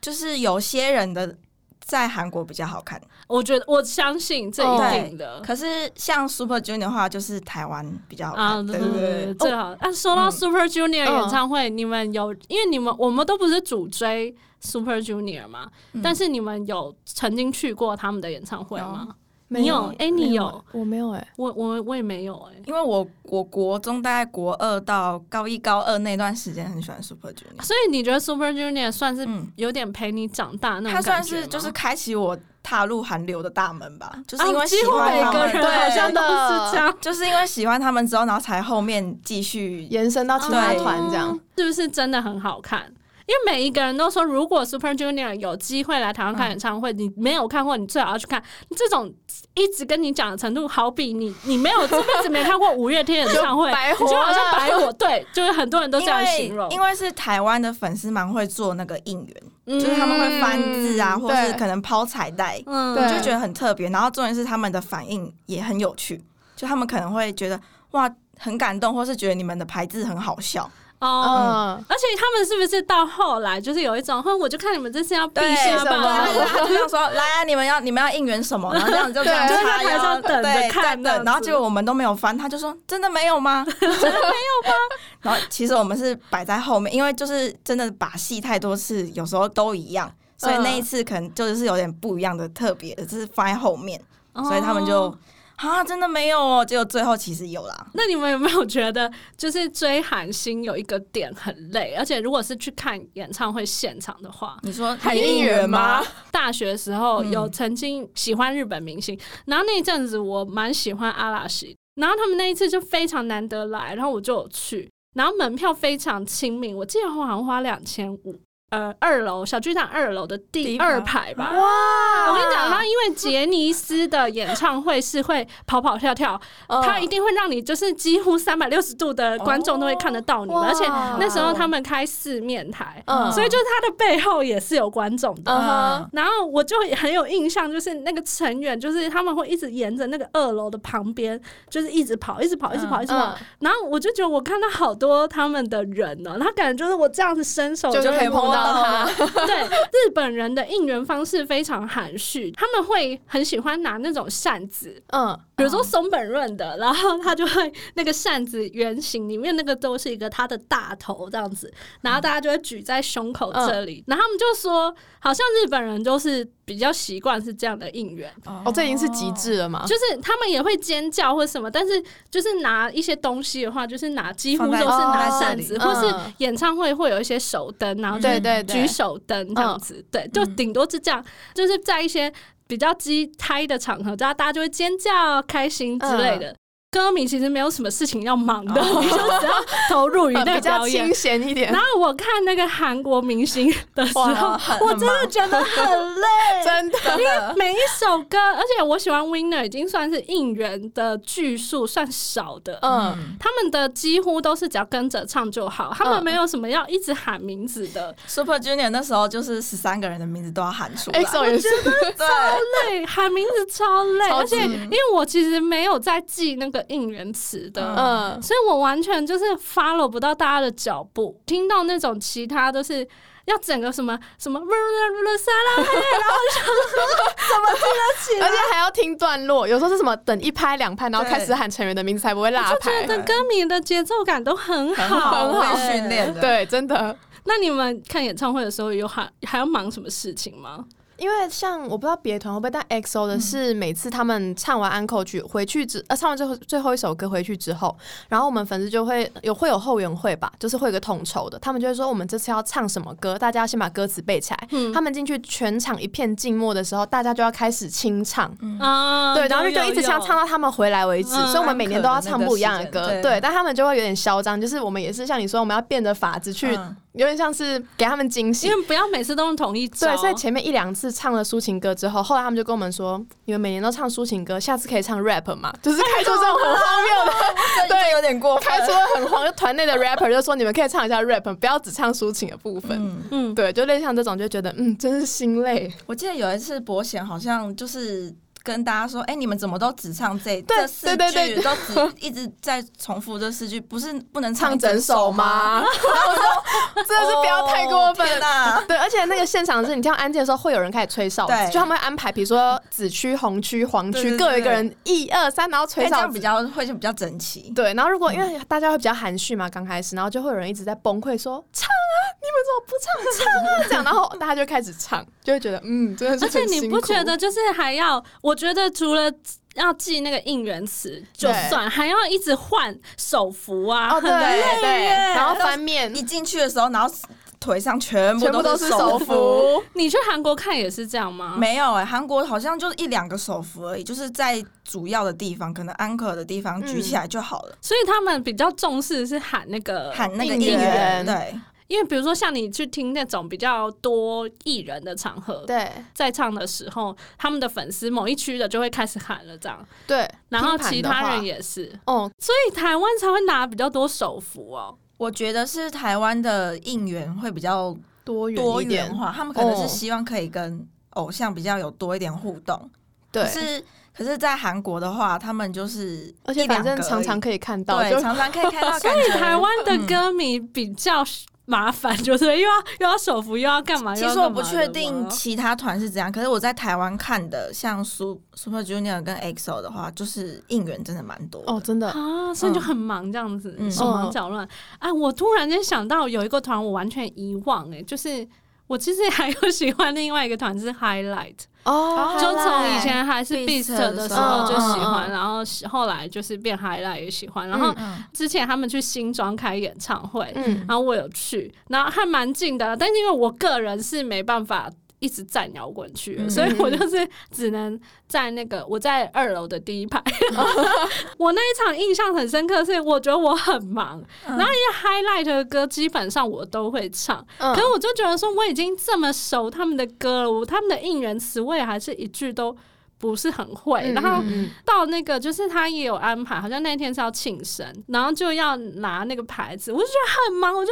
Speaker 2: 就是有些人的在韩国比较好看，
Speaker 1: 我觉得哦我相信这一定的
Speaker 2: 可是像 Super Junior 的话，就是台湾比较好看，对对对。
Speaker 1: 啊最好。那说到
Speaker 2: 嗯
Speaker 1: Super Junior
Speaker 3: 嗯
Speaker 1: 演唱会，你们有因为你们我们都不是主追 Super Junior 嘛，
Speaker 2: 嗯
Speaker 1: 但是你们有曾经去过他们的演唱会吗？
Speaker 3: 没
Speaker 1: 你有？哎，你有？
Speaker 3: 我没有哎、
Speaker 1: 我我我也没有哎、
Speaker 2: 因为我我国中大概国二到高一高二那段时间很喜欢 Super Junior，
Speaker 1: 所以你觉得 Super Junior 算是
Speaker 2: 嗯，
Speaker 1: 有点陪你长大那
Speaker 2: 他
Speaker 1: 种
Speaker 2: 算
Speaker 1: 感觉吗
Speaker 2: 是就是开启我踏入韩流的大门吧，就是因
Speaker 1: 啊
Speaker 2: 为
Speaker 1: 几
Speaker 2: 喜
Speaker 1: 乎
Speaker 2: 欢
Speaker 1: 每
Speaker 2: 他
Speaker 1: 个
Speaker 2: 们，
Speaker 1: 人好像都
Speaker 2: 对，
Speaker 1: 是这样。
Speaker 2: 就是因为喜欢他们之后，然后才后面继续
Speaker 3: 延伸到其他
Speaker 2: 对
Speaker 3: 团这样
Speaker 1: 哦，是不是真的很好看？因为每一个人都说，如果 Super Junior 有机会来台湾
Speaker 2: 嗯
Speaker 1: 看演唱会，你没有看过，你最好要去看。这种一直跟你讲的程度，好比你你没有这辈子没看过五月天演唱会，
Speaker 3: 就白活
Speaker 1: 你就好像
Speaker 3: 了
Speaker 1: 白我。对，就是很多人都这
Speaker 2: 因
Speaker 1: 样
Speaker 2: 为
Speaker 1: 形容。
Speaker 2: 因为是台湾的粉丝蛮会做那个应援，
Speaker 1: 嗯
Speaker 2: 就是他们会翻字啊，
Speaker 3: 嗯
Speaker 2: 或是
Speaker 3: 对
Speaker 2: 可能抛彩带，
Speaker 1: 嗯
Speaker 3: 对
Speaker 2: 就觉得很特别。然后重点是他们的反应也很有趣，就他们可能会觉得哇很感动，或是觉得你们的牌子很好笑。
Speaker 1: 哦。
Speaker 3: 嗯，
Speaker 1: 而且他们是不是到后来就是有一种，哼，我就看你们这次要必
Speaker 2: 对
Speaker 1: 须要
Speaker 3: 什
Speaker 1: 办
Speaker 3: 么
Speaker 1: 了
Speaker 3: 对
Speaker 2: 对，他就这样说，来啊，你们要你们要应援什么，然后这样子就这样
Speaker 3: 对
Speaker 2: 插
Speaker 1: 就在台上
Speaker 2: 腰，
Speaker 1: 等着
Speaker 2: 对
Speaker 1: 看
Speaker 2: 在
Speaker 1: 这样子
Speaker 2: 等，然后结果我们都没有翻，他就说真的没有吗？真的没有吗？然后其实我们是摆在后面，因为就是真的把戏太多次，有时候都一样，所以那一次可能就是有点不一样的特别的，就是放在后面，所以他们就
Speaker 1: 哦
Speaker 2: 啊真的没有哦，结果最后其实有啦。
Speaker 1: 那你们有没有觉得，就是追韩星有一个点很累，而且如果是去看演唱会现场的话，
Speaker 2: 你说
Speaker 3: 很应援吗？
Speaker 1: 大学时候
Speaker 2: 嗯
Speaker 1: 有曾经喜欢日本明星，然后那一阵子我蛮喜欢阿拉西，然后他们那一次就非常难得来，然后我就有去，然后门票非常亲民，我记得我好像花两千五，呃，二楼小剧场二楼的
Speaker 2: 第
Speaker 1: 第
Speaker 2: 一排
Speaker 1: 二排吧。
Speaker 3: 哇
Speaker 1: 我跟你讲，他因为杰尼斯的演唱会是会跑跑跳跳，
Speaker 3: 嗯
Speaker 1: 他一定会让你就是几乎三百六十度的观众都会看得到你们，
Speaker 3: 哇
Speaker 1: 而且那时候他们开四面台，
Speaker 3: 哦嗯
Speaker 1: 所以就是他的背后也是有观众的。
Speaker 3: 嗯哼
Speaker 1: 然后我就很有印象，就是那个成员，就是他们会一直沿着那个二楼的旁边，就是一直跑，一直跑，一直跑，一直跑。
Speaker 3: 嗯
Speaker 1: 然后哦我就觉得我看到好多他们的人呢、他感觉就是我这样子伸手
Speaker 3: 就
Speaker 1: 可
Speaker 3: 可以
Speaker 1: 以
Speaker 3: 碰
Speaker 1: 摸
Speaker 3: 到
Speaker 1: 到
Speaker 3: 他，
Speaker 1: 对，日本人的应援方式非常含蓄，他们会很喜欢拿那种扇子，
Speaker 2: 哦
Speaker 3: 嗯，
Speaker 1: 比如说松本润的，然后他就会那个扇子圆形里面那个都是一个他的大头这样子，然后大家就会举在胸口这
Speaker 2: 嗯
Speaker 1: 里，然后他们就说，好像日本人就是比较习惯是这样的应
Speaker 2: 嗯
Speaker 1: 援，
Speaker 3: 哦，这已经是极致了嘛？
Speaker 1: 就是他们也会尖叫或什么，但是就是拿一些东西的话，就是拿几乎
Speaker 2: 放
Speaker 1: 都
Speaker 2: 在
Speaker 1: 是拿
Speaker 3: 哦
Speaker 1: 扇子，
Speaker 3: 嗯
Speaker 1: 或是演唱会会有一些手灯，然后就
Speaker 3: 对
Speaker 1: 是
Speaker 3: 对对
Speaker 1: 举，手灯这样子，对，就
Speaker 2: 嗯
Speaker 1: 顶多是这样，就是在一些比较激嗨的场合，大家大家就会尖叫、开心之类
Speaker 3: 嗯
Speaker 1: 的。歌迷其实没有什么事情要忙 的，
Speaker 2: 哦
Speaker 1: 你就只要投入于
Speaker 3: 呃
Speaker 1: 那
Speaker 3: 比
Speaker 1: 个
Speaker 3: 较
Speaker 1: 表演
Speaker 3: 清。闲一点
Speaker 1: 然，后我看那个韩国明星的时候，
Speaker 2: 很
Speaker 1: 我真的觉得很累，
Speaker 3: 真的
Speaker 2: 真的
Speaker 1: 每一首歌，而且我喜欢 Winner 已经算是应援的句数算少的，
Speaker 3: 嗯，
Speaker 1: 他们的几乎都是只要跟着唱就好，他们没有什么要一直喊名字的，
Speaker 2: Super Junior 那时候就是十三个人的名字都要喊出来，
Speaker 3: ，EXO
Speaker 1: 嗯
Speaker 3: 也是，
Speaker 2: 对，
Speaker 1: 累， 喊名字超累，
Speaker 3: 超
Speaker 1: 而
Speaker 3: 级
Speaker 1: 且因为我其实没有在记那个应援词的。
Speaker 2: 嗯
Speaker 3: 嗯，
Speaker 1: 所以我完全就是 follow 不到大家的脚步，听到那种其他都是要整个什么什么沙拉嘿，
Speaker 3: 而且还要听段落，有时候是什么等一拍两拍，然后
Speaker 2: 对
Speaker 3: 开始喊成员的名字才不会落
Speaker 1: 我
Speaker 3: 拍
Speaker 1: 就觉，得歌迷的节奏感都很
Speaker 2: 很
Speaker 1: 好，
Speaker 2: 好，
Speaker 1: 欸
Speaker 2: 被训练的，，
Speaker 3: 对，真的。
Speaker 1: 那你们看演唱会的时候有还还要忙什么事情吗？
Speaker 3: 因为像我不知道别的团会不会，但 EXO
Speaker 2: 嗯
Speaker 3: 的是每次他们唱完安口曲回去之呃唱完最后最后一首歌回去之后，然后我们粉丝就会有会有后援会吧，就是会有个统筹的，他们就会说我们这次要唱什么歌，大家要先把歌词背起来。
Speaker 1: 嗯
Speaker 3: 他们进去全场一片静默的时候，大家就要开始清唱。
Speaker 2: 嗯
Speaker 1: 啊
Speaker 3: 嗯对，然后就
Speaker 1: 有
Speaker 3: 就一直唱
Speaker 1: 有
Speaker 3: 唱到他们回来为止，
Speaker 1: 嗯
Speaker 3: 所以我们每年都要唱不一样的歌
Speaker 2: 安可的那个时间，对
Speaker 3: 对，但他们就会有点嚣张，就是我们也是像你说，我们要变着法子去，
Speaker 2: 嗯
Speaker 3: 有点像是给他们惊喜
Speaker 1: 因，为不要每次都用同一招。
Speaker 3: 对，所以前面一两次唱了抒情歌之后，后来他们就跟我们说，你们每年都唱抒情歌，下次可以唱 rap 嘛， 就是开出这种很荒谬的，
Speaker 2: 这有点过分，
Speaker 3: 开出了很荒，就团内的 rapper 就说你们可以唱一下 rap，不要只唱抒情的部分。
Speaker 2: 嗯。
Speaker 1: 嗯，
Speaker 3: 对，就类似像这种，就觉得嗯，真是心累。
Speaker 2: 我记得有一次博贤好像就是跟大家说：“哎、你们怎么都只唱这
Speaker 3: 对
Speaker 2: 这四句，
Speaker 3: 对对对
Speaker 2: 都只一直在重复这四句，不是不能
Speaker 3: 唱
Speaker 2: 唱
Speaker 3: 整首
Speaker 2: 首
Speaker 3: 吗？
Speaker 2: 吗？
Speaker 3: 然后我说，真的是不要太过分
Speaker 2: 哦 天哪
Speaker 3: 对，而且那个现场是你听到安静的时候，会有人开始吹哨子，
Speaker 2: 对
Speaker 3: 就他们会安排，比如说紫区、红区、黄
Speaker 2: 对
Speaker 3: 区
Speaker 2: 对
Speaker 3: 各有一
Speaker 2: 对
Speaker 3: 个人一二三，然后
Speaker 2: 因
Speaker 3: 吹
Speaker 2: 为这
Speaker 3: 哨
Speaker 2: 样
Speaker 3: 子
Speaker 2: 比，较会就比较整齐。
Speaker 3: 对，然后如果因为大家会比较含蓄嘛，刚开始，然后就会有人一直在崩溃说唱啊，你们怎么不唱唱啊这样，然后大家就开始唱，就会觉得嗯，真的是
Speaker 1: 而且
Speaker 3: 很
Speaker 1: 你
Speaker 3: 辛
Speaker 1: 不
Speaker 3: 苦
Speaker 1: 觉得就是还要？我觉得除了要记那个应援词就
Speaker 3: 对
Speaker 1: 算，还要一直换手幅啊，
Speaker 3: 哦
Speaker 1: 很
Speaker 3: 对
Speaker 1: 累
Speaker 3: 对对，
Speaker 2: 耶
Speaker 3: 然后翻面
Speaker 2: 一进去的时候，然后腿上全部
Speaker 3: 全部都
Speaker 2: 是
Speaker 3: 是手
Speaker 2: 幅。
Speaker 3: 幅，
Speaker 1: 你去韩国看也是这样吗？
Speaker 2: 没有哎、韩国好像就是一两个手幅而已，就是在主要的地方，可能安可的地方举
Speaker 3: 嗯
Speaker 2: 起来就好了，
Speaker 1: 所以他们比较重视是喊那个
Speaker 2: 喊那个
Speaker 1: 应
Speaker 2: 艺
Speaker 1: 援，
Speaker 2: 人，对，
Speaker 1: 因为比如说像你去听那种比较多艺人的场合，
Speaker 3: 对
Speaker 1: 在唱的时候，他们的粉丝某一区的就会开始喊了这样，
Speaker 3: 对，
Speaker 1: 然后
Speaker 3: 拼盘
Speaker 1: 其
Speaker 3: 的
Speaker 1: 他
Speaker 3: 话
Speaker 1: 人也是。
Speaker 3: 哦，
Speaker 1: 所以台湾才会拿比较多手幅哦。
Speaker 2: 我觉得是台湾的应援会比较
Speaker 3: 多元
Speaker 2: 多
Speaker 3: 一点
Speaker 2: 元，化，他们可能
Speaker 3: 哦
Speaker 2: 是希望可以跟偶像比较有多一点互动。
Speaker 3: 对
Speaker 2: 可，是可是在韩国的话，他们就是
Speaker 3: 而且
Speaker 2: 一
Speaker 3: 反
Speaker 2: 两个而
Speaker 3: 正
Speaker 2: 已
Speaker 3: 常常可以看到，就
Speaker 2: 对，常常可以看 到感觉。嗯
Speaker 1: 台湾的歌迷比较麻烦，就是又要又要手幅，又要干嘛？
Speaker 2: 其
Speaker 1: 又要
Speaker 2: 实
Speaker 1: 干
Speaker 2: 我
Speaker 1: 嘛
Speaker 2: 不
Speaker 1: 的
Speaker 2: 确定
Speaker 1: 吗
Speaker 2: 其他团是怎样，可是我在台湾看的，像 Su- Super Junior 跟 EXO 的话，就是应援真的蛮多的
Speaker 3: 哦，真的，
Speaker 1: 啊，所以就很忙这样子，
Speaker 2: 嗯
Speaker 1: 手忙脚乱。哎，我突然间想到有一个团，我完全遗忘哎、就是。我其实还有喜欢另外一个团是 Highlight，
Speaker 3: 哦
Speaker 1: 就从以前还是 Beast
Speaker 2: Beast
Speaker 1: 的时候就喜
Speaker 3: 嗯嗯
Speaker 1: 欢，
Speaker 3: 嗯
Speaker 1: 然后后来就是变 Highlight 也喜欢，然后
Speaker 2: 嗯
Speaker 1: 之前他们去新庄开演唱会，
Speaker 3: 嗯
Speaker 1: 然后我有去，然后还蛮近的，啊但是因为我个人是没办法一直站摇滚区的，
Speaker 2: 嗯
Speaker 1: 所以我就是只能在那个我在二楼的第一排。 我那一场印象很深刻，是我觉得我很忙，
Speaker 2: 嗯
Speaker 1: 然后一些 highlight 的歌基本上我都会唱，
Speaker 3: 嗯
Speaker 1: 可是我就觉得说我已经这么熟他们的歌了，我他们的应援词我也还是一句都。不是很会，
Speaker 3: 嗯
Speaker 1: 然后
Speaker 3: 嗯嗯
Speaker 1: 到那个就是他也有安排，好像那天是要庆生，然后就要拿那个牌子，我就觉得很忙，我就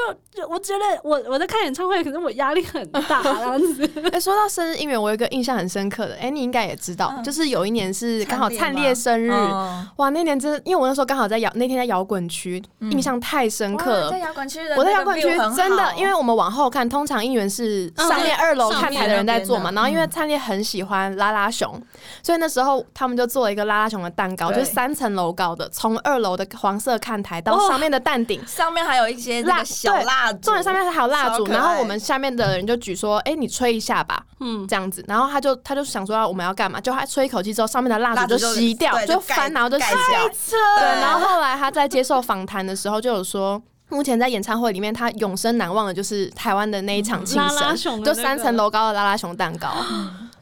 Speaker 1: 我觉得我我在看演唱会，可是我压力很大，这样 子。
Speaker 3: 哎、说到生日应援，我有一个印象很深刻的，哎、你应该也知道，
Speaker 2: 嗯
Speaker 3: 就是有一年是刚好
Speaker 2: 灿
Speaker 3: 灿
Speaker 2: 烈
Speaker 3: 烈生日，
Speaker 2: 嗯
Speaker 3: 哇，那年真的，因为我那时候刚好在摇，那天在摇滚区，
Speaker 2: 嗯
Speaker 3: 印象太深刻
Speaker 2: 哇在
Speaker 3: 了。
Speaker 2: 摇滚区的，
Speaker 3: 我在摇滚区真的，因为我们往后看，通常应援是
Speaker 1: 嗯
Speaker 3: 上面二楼
Speaker 1: 上
Speaker 3: 看
Speaker 2: 面
Speaker 3: 台的人在
Speaker 2: 那边
Speaker 3: 做嘛，
Speaker 2: 的
Speaker 3: 然后因为
Speaker 2: 嗯
Speaker 3: 灿烈很喜欢拉拉熊，所以那时候他们就做了一个拉拉熊的蛋糕，就
Speaker 2: 对
Speaker 3: 是三层楼高的，从二楼的黄色看台到
Speaker 1: 哦
Speaker 3: 上面的蛋顶，
Speaker 2: 上面还有一些那
Speaker 3: 蜡
Speaker 2: 个小
Speaker 3: 对
Speaker 2: 蜡烛，
Speaker 3: 重点上面还有蜡
Speaker 2: 超
Speaker 3: 烛，
Speaker 2: 可
Speaker 3: 然后
Speaker 2: 爱
Speaker 3: 我们下面的人就举说：“哎、你吹一下吧。”
Speaker 1: 嗯，
Speaker 3: 这样子，然后他就他就想说啊要我们要干嘛，就他吹一口气之后，上面的蜡
Speaker 2: 蜡
Speaker 3: 烛
Speaker 2: 烛
Speaker 3: 就
Speaker 2: 就
Speaker 3: 吸掉，
Speaker 2: 对
Speaker 3: 就
Speaker 2: 就
Speaker 3: 翻，
Speaker 2: 盖
Speaker 3: 然后就吸
Speaker 2: 盖
Speaker 3: 掉
Speaker 2: 掉。
Speaker 3: 对，
Speaker 2: 对
Speaker 3: 然后后来他在接受访谈的时候就有说，目前在演唱会里面他永生难忘的就是台湾的那一场庆
Speaker 1: 拉
Speaker 3: 生，
Speaker 1: 嗯拉熊的
Speaker 3: 就
Speaker 1: 那
Speaker 3: 三
Speaker 1: 个
Speaker 3: 层楼高的拉拉熊蛋 糕，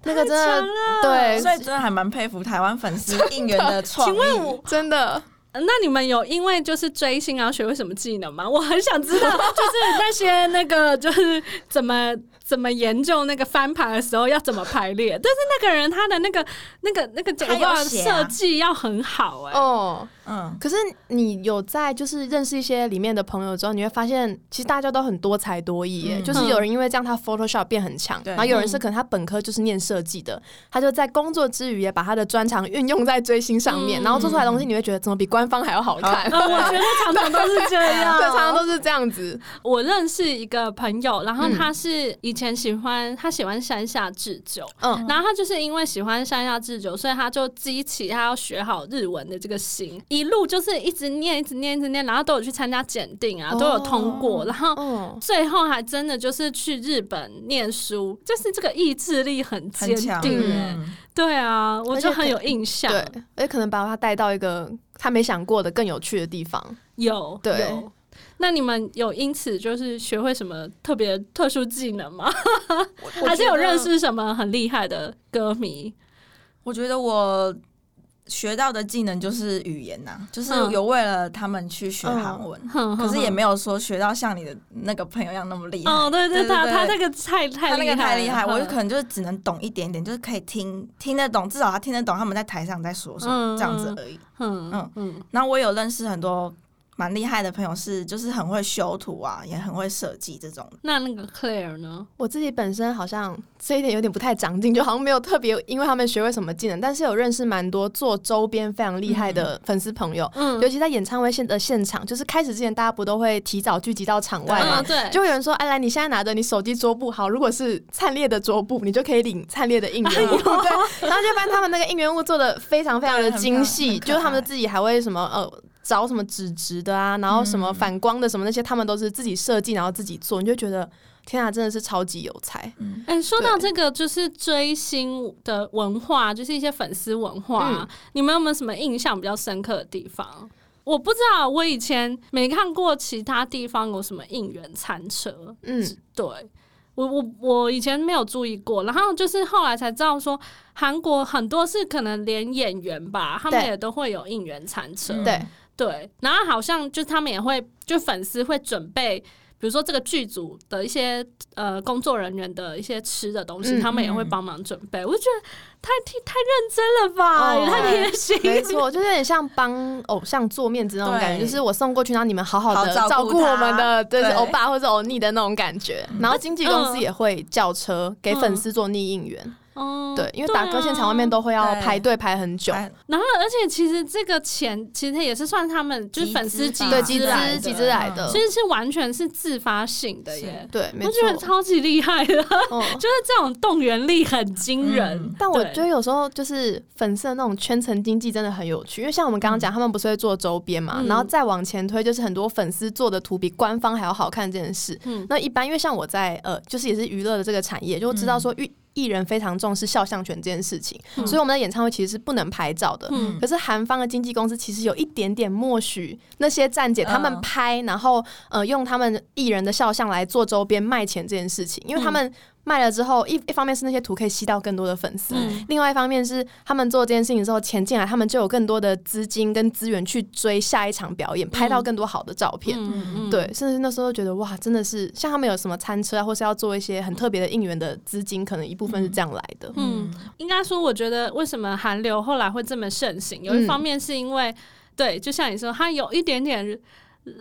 Speaker 3: 那个真
Speaker 1: 太
Speaker 3: 的
Speaker 1: 强
Speaker 3: 对，
Speaker 2: 所以真的还蛮佩服台湾粉丝应援 的创意。
Speaker 1: 请问我。
Speaker 3: 真的
Speaker 1: 呃那你们有因为就是追星然后学会什么技能吗？我很想知道，就是那些那个就是怎么怎么研究那个翻牌的时候要怎么排列，但是那个人他的那个那个那个
Speaker 2: 他有
Speaker 1: 我不知
Speaker 2: 写
Speaker 1: 道设
Speaker 2: 啊
Speaker 1: 计要很好哎、
Speaker 3: 哦。
Speaker 2: 嗯，
Speaker 3: 可是你有在就是认识一些里面的朋友之后，你会发现其实大家都很多才多艺耶、
Speaker 2: 嗯
Speaker 3: 就是有人因为这样他 Photoshop 变很强，
Speaker 2: 对
Speaker 3: 然后有人是可能他本科就是念设计的，他就在工作之余也把他的专长运用在追星上面，
Speaker 1: 嗯
Speaker 3: 然后做出来的东西你会觉得怎么比官方还要好看？
Speaker 1: 呃，我觉得常常都是这样，
Speaker 3: 对，常常都是这样子。
Speaker 1: 我认识一个朋友，然后
Speaker 3: 嗯
Speaker 1: 他是以前喜欢、他喜欢山下智久，
Speaker 3: 嗯，
Speaker 1: 然后他就是因为喜欢山下智久，所以他就激起他要学好日文的这个心，一路就是一直念，一直念，一直念，然后都有去参加检定啊，
Speaker 3: 哦
Speaker 1: 都有通过，然后。
Speaker 3: 哦，
Speaker 1: 最后还真的就是去日本念书，就是这个意志力很坚
Speaker 2: 很强，
Speaker 1: 定、欸。
Speaker 2: 嗯
Speaker 1: 对啊，我就很有印象。
Speaker 3: 对，也可能把他带到一个他没想过的更有趣的地方。
Speaker 1: 有
Speaker 3: 对
Speaker 1: 有那你们有因此就是学会什么特别特殊技能吗？还是有认？识什么很厉害的歌迷？
Speaker 2: 我觉得我学到的技能就是语言呐、就是
Speaker 1: 嗯
Speaker 2: 有为了他们去学韩文， 可
Speaker 1: 可
Speaker 2: 是也没有说学到像你的那个朋友一样那么厉害。
Speaker 1: 哦，对
Speaker 2: 对
Speaker 1: 他
Speaker 2: 对
Speaker 1: 他那个太太
Speaker 2: 他那
Speaker 1: 厉害
Speaker 2: 个
Speaker 1: 了，
Speaker 2: 太厉害，我就
Speaker 1: 嗯
Speaker 2: 可能就是只能懂一点点，就是可以听听得懂，至少他听得懂他们在台上在说什么、
Speaker 1: 嗯
Speaker 2: 这样子而已。
Speaker 1: 嗯
Speaker 2: 嗯
Speaker 1: 嗯
Speaker 2: 那我有认识很多蛮厉害的朋友是，就是很会修图啊，也很会设计这种。
Speaker 1: 那那个 Claire 呢？
Speaker 3: 我自己本身好像这一点有点不太长进，就好像没有特别因为他们学会什么技能，但是有认识蛮多做周边非常厉害的粉丝朋友，
Speaker 1: 嗯
Speaker 3: 尤其在演唱会现的呃现场，就是开始之前大家不都会提早聚集到场外
Speaker 1: 嗯
Speaker 3: 嘛。
Speaker 1: 对，
Speaker 3: 就会有人说：“哎，来，你现在拿着你手机桌布，好，如果是灿烈的桌布，你就可以领灿烈的应
Speaker 2: 哎
Speaker 3: 援物。对，然后就发现他们那个应援物做的非常非常的
Speaker 2: 对很
Speaker 3: 精细，
Speaker 2: 很可
Speaker 3: 就是他们
Speaker 2: 爱
Speaker 3: 自己还会什么呃找什么纸质的啊，然后什么
Speaker 2: 嗯
Speaker 3: 反光的什么那些，他们都是自己设计，然后自己做，你就觉得天啊，真的是超级有才。
Speaker 2: 嗯，
Speaker 1: 哎、说到这个，就是追星的文化，就是一些粉丝文化、
Speaker 3: 嗯
Speaker 1: 你们有没有什么印象比较深刻的地方？我不知道，我以前没看过其他地方有什么应援餐车。
Speaker 3: 嗯，
Speaker 1: 对我，我我以前没有注意过，然后就是后来才知道说，韩国很多是可能连演员吧，他们
Speaker 3: 对
Speaker 1: 也都会有应援餐车。
Speaker 2: 嗯
Speaker 3: 对，
Speaker 1: 对，然后好像就是他们也会，就粉丝会准备，比如说这个剧组的一些呃工作人员的一些吃的东西，
Speaker 3: 嗯
Speaker 1: 他们也会
Speaker 2: 嗯
Speaker 1: 帮忙准备。我就觉得太替太认真了吧，
Speaker 3: 哦
Speaker 1: 也太贴心。
Speaker 3: 没错，就有点像帮偶像做面子那种感觉，
Speaker 2: 对
Speaker 3: 就是我送过去，然后你们好好的照
Speaker 2: 好照
Speaker 3: 顾
Speaker 2: 顾他
Speaker 3: 我们的，就是
Speaker 2: 对
Speaker 3: 欧巴或者欧尼的那种感觉。然后经纪公司也会叫车给
Speaker 1: 嗯
Speaker 3: 粉丝做逆应援，
Speaker 1: 哦
Speaker 3: 对，因为打歌现场外面。
Speaker 1: 啊
Speaker 3: 都会要
Speaker 2: 对
Speaker 3: 排队排很久。
Speaker 2: 哎
Speaker 1: 然后，而且其实这个钱其实也是算他们就是粉丝
Speaker 2: 集
Speaker 1: 集
Speaker 2: 资吧
Speaker 3: 对，
Speaker 1: 集来
Speaker 3: 集资
Speaker 1: 的
Speaker 3: 集资来
Speaker 2: 嗯
Speaker 3: 的
Speaker 1: 其，实是完全是自发性的耶。
Speaker 3: 对，没
Speaker 1: 我觉得
Speaker 3: 错。
Speaker 1: 超级厉害的， 就
Speaker 3: 嗯
Speaker 1: 是这种动员力很惊人。
Speaker 2: 嗯
Speaker 3: 但我
Speaker 1: 对
Speaker 3: 觉得有时候就是粉丝的那种圈层经济真的很有趣，因为像我们刚刚讲，他们不是会做周边嘛，
Speaker 1: 嗯
Speaker 3: 然后再往前推，就是很多粉丝做的图比官方还要好看这件事。
Speaker 1: 嗯
Speaker 3: 那一般因为像我在呃，就是也是娱乐的这个产业，就知道说艺艺人非常重视肖像权这件事情，
Speaker 1: 嗯
Speaker 3: 所以我们的演唱会其实是不能拍照的。
Speaker 1: 嗯
Speaker 3: 可是韩方的经纪公司其实有一点点默许那些站姐他们
Speaker 2: 嗯
Speaker 1: 嗯
Speaker 3: 拍，然后呃用他们艺人的肖像来做周边卖钱这件事情，因为他们卖了之后，一一方面是那些图可以吸到更多的粉丝，
Speaker 1: 嗯
Speaker 3: 另外一方面是他们做这件事情之后钱进来，他们就有更多的资金跟资源去追下一场表演，拍到更多好的照片。
Speaker 1: 嗯
Speaker 3: 对，，甚至那时候觉得哇，真的是像他们有什么餐车啊，或是要做一些很特别的应援的资金，可能一部分是这样来的。
Speaker 1: 嗯，应该说，我觉得为什么韩流后来会这么盛行，有一
Speaker 3: 嗯
Speaker 1: 方面是因为，对，就像你说，它有一点点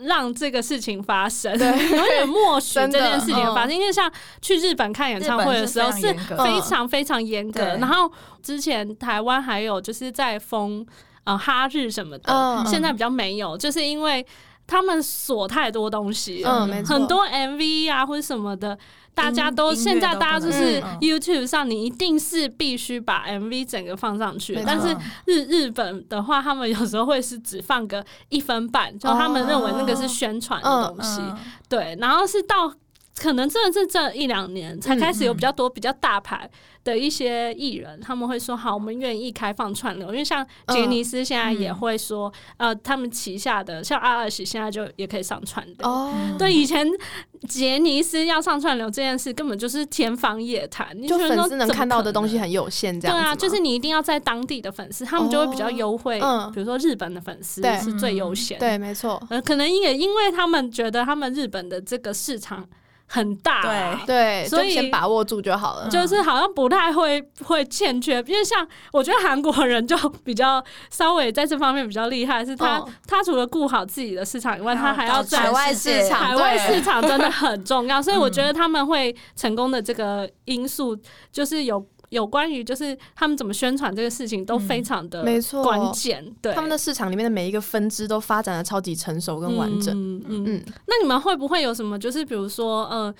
Speaker 1: 让这个事情发生， 有点默许这
Speaker 3: 真的
Speaker 1: 件事情的发生。因为像去日本嗯看演唱会的时候
Speaker 2: 日本
Speaker 1: 是
Speaker 2: 是非常严格
Speaker 1: 非常非常严格，
Speaker 2: 对
Speaker 1: 然后之前台湾还有就是在封呃哈日什么的，
Speaker 3: 嗯
Speaker 1: 现在比较没有，就是因为他们锁太多东西了，
Speaker 3: 嗯，没错，
Speaker 1: 很多 MV 啊或者什么的，大家都
Speaker 2: 音乐
Speaker 1: 现在
Speaker 2: 都
Speaker 1: 大家
Speaker 2: 不
Speaker 1: 就
Speaker 2: 能
Speaker 1: 是
Speaker 2: 嗯
Speaker 1: YouTube 上，你一定是必须把 MV 整个放上去
Speaker 3: 没。错
Speaker 1: 但
Speaker 2: 嗯
Speaker 1: 是日日本的话，他们有时候会是只放个一分半，就他们认为那个是宣传的东西。
Speaker 2: 哦嗯
Speaker 1: 对，然后是到可能真的是这一两年
Speaker 3: 嗯
Speaker 1: 才开始有比较多比较大牌的一些艺人，他们会说好，我们愿意开放串流，因为像
Speaker 3: 嗯
Speaker 1: 杰尼斯现在也会说，呃，他们旗下的像阿尔喜现在就也可以上串流。
Speaker 3: 哦，
Speaker 1: 对，以前杰尼斯要上串流这件事，根本就是天方夜谭，你
Speaker 3: 就
Speaker 1: 觉得
Speaker 3: 粉
Speaker 1: 说
Speaker 3: 丝能
Speaker 1: 怎么
Speaker 3: 看到
Speaker 1: 可
Speaker 3: 的东西
Speaker 1: 能
Speaker 3: 很有限，这
Speaker 1: 对
Speaker 3: 样子
Speaker 1: 啊，
Speaker 3: 吗
Speaker 1: 就是你一定要在当地的粉丝，他们就会比较
Speaker 3: 哦
Speaker 1: 优惠，
Speaker 3: 嗯
Speaker 1: 比如说日本的粉丝
Speaker 3: 对
Speaker 1: 是最优先，
Speaker 3: 对，没错，
Speaker 1: 呃，可能也因为他们觉得他们日本的这个市场很大啊、
Speaker 3: 对，
Speaker 1: 所
Speaker 3: 就
Speaker 1: 以
Speaker 3: 先把握住就好了。
Speaker 1: 就是好像不太会会欠缺，因为像我觉得韩国人就比较稍微在这方面比较厉害，是他、
Speaker 3: 嗯
Speaker 1: 他除了顾好自己的市场以外，他还要在
Speaker 2: 海外市场
Speaker 1: 海外
Speaker 3: 对
Speaker 1: 市场真的很重要，所以我
Speaker 3: 嗯
Speaker 1: 觉得他们会成功的这个因素就是有。有关于就是他们怎么宣传这个事情都非常的
Speaker 3: 没错
Speaker 1: 关键，对
Speaker 3: 他们的市场里面的每一个分支都发展的超级成熟跟完整。
Speaker 1: 嗯嗯
Speaker 3: 嗯，
Speaker 1: 那你们会不会有什么？就是比如说，呃，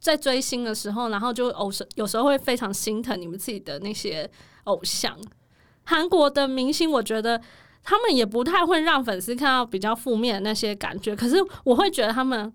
Speaker 1: 在追星的时候，然后就哦偶是有时候会非常心疼你们自己的那些偶像。韩国的明星，我觉得他们也不太会让粉丝看到比较负面的那些感觉，可是我会觉得他们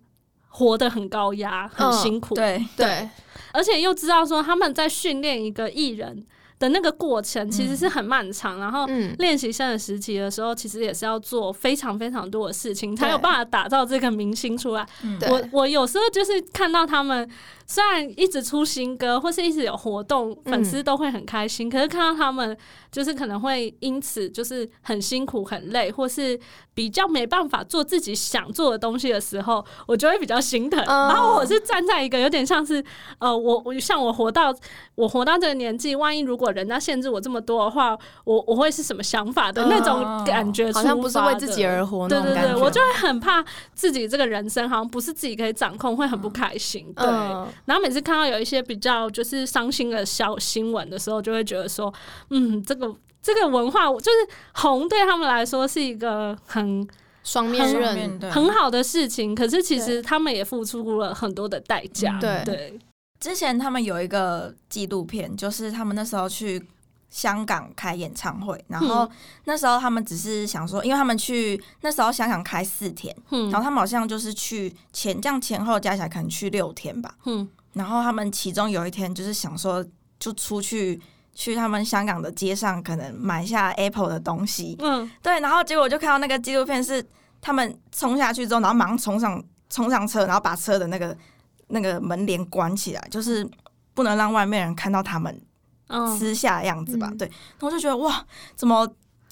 Speaker 1: 活得很高压，很
Speaker 3: 嗯
Speaker 1: 辛苦，
Speaker 2: 对，
Speaker 3: 对，
Speaker 1: 而且又知道说他们在训练一个艺人的那个过程其实是很漫长，然后
Speaker 3: 嗯，
Speaker 1: 练习生的时期的时候，其实也是要做非常非常多的事情，才
Speaker 3: 对
Speaker 1: 有办法打造这个明星出来。
Speaker 2: 嗯
Speaker 3: 对
Speaker 1: 我我有时候就是看到他们，虽然一直出新歌或是一直有活动，
Speaker 3: 嗯
Speaker 1: 粉丝都会很开心，可是看到他们就是可能会因此就是很辛苦、很累，或是比较没办法做自己想做的东西的时候，我就会比较心疼。
Speaker 3: 嗯
Speaker 1: 然后我是站在一个有点像是呃，我我像我活到我活到这个年纪，万一如果人家限制我这么多的话，我我会是什么想法的、
Speaker 3: 嗯
Speaker 1: 那种感觉出发
Speaker 3: 好
Speaker 1: 的，
Speaker 3: 像不是为自己而活那
Speaker 1: 对
Speaker 3: 种
Speaker 1: 对
Speaker 3: 感
Speaker 1: 对，
Speaker 3: 觉。
Speaker 1: 我就会很怕自己这个人生好像不是自己可以掌控，会很不开心。对，
Speaker 3: 嗯
Speaker 1: 然后每次看到有一些比较就是伤心的小新闻的时候，就会觉得说，嗯，这个这个文化就是红对他们来说是一个很
Speaker 3: 双面
Speaker 2: 双面
Speaker 3: 刃，
Speaker 2: 对
Speaker 1: 很好的事情，可是其实他们也付出了很多的代价。
Speaker 3: 对
Speaker 1: 对，
Speaker 2: 之前他们有一个纪录片，就是他们那时候去香港开演唱会，然后
Speaker 1: 嗯
Speaker 2: 那时候他们只是想说，因为他们去那时候香港开四天，
Speaker 1: 嗯
Speaker 2: 然后他们好像就是去前这样前后加起来可能去六天吧，
Speaker 1: 嗯
Speaker 2: 然后他们其中有一天就是想说就出去。去他们香港的街上，可能买下 Apple 的东西，
Speaker 1: 嗯，
Speaker 2: 对，然后结果我就看到那个纪录片是他们冲下去之后，然后马上冲上冲上车，然后把车的那个那个门帘关起来，就是不能让外面人看到他们
Speaker 1: 嗯，
Speaker 2: 私下的样子吧。
Speaker 3: 嗯
Speaker 2: 对，然后我就觉得哇，怎么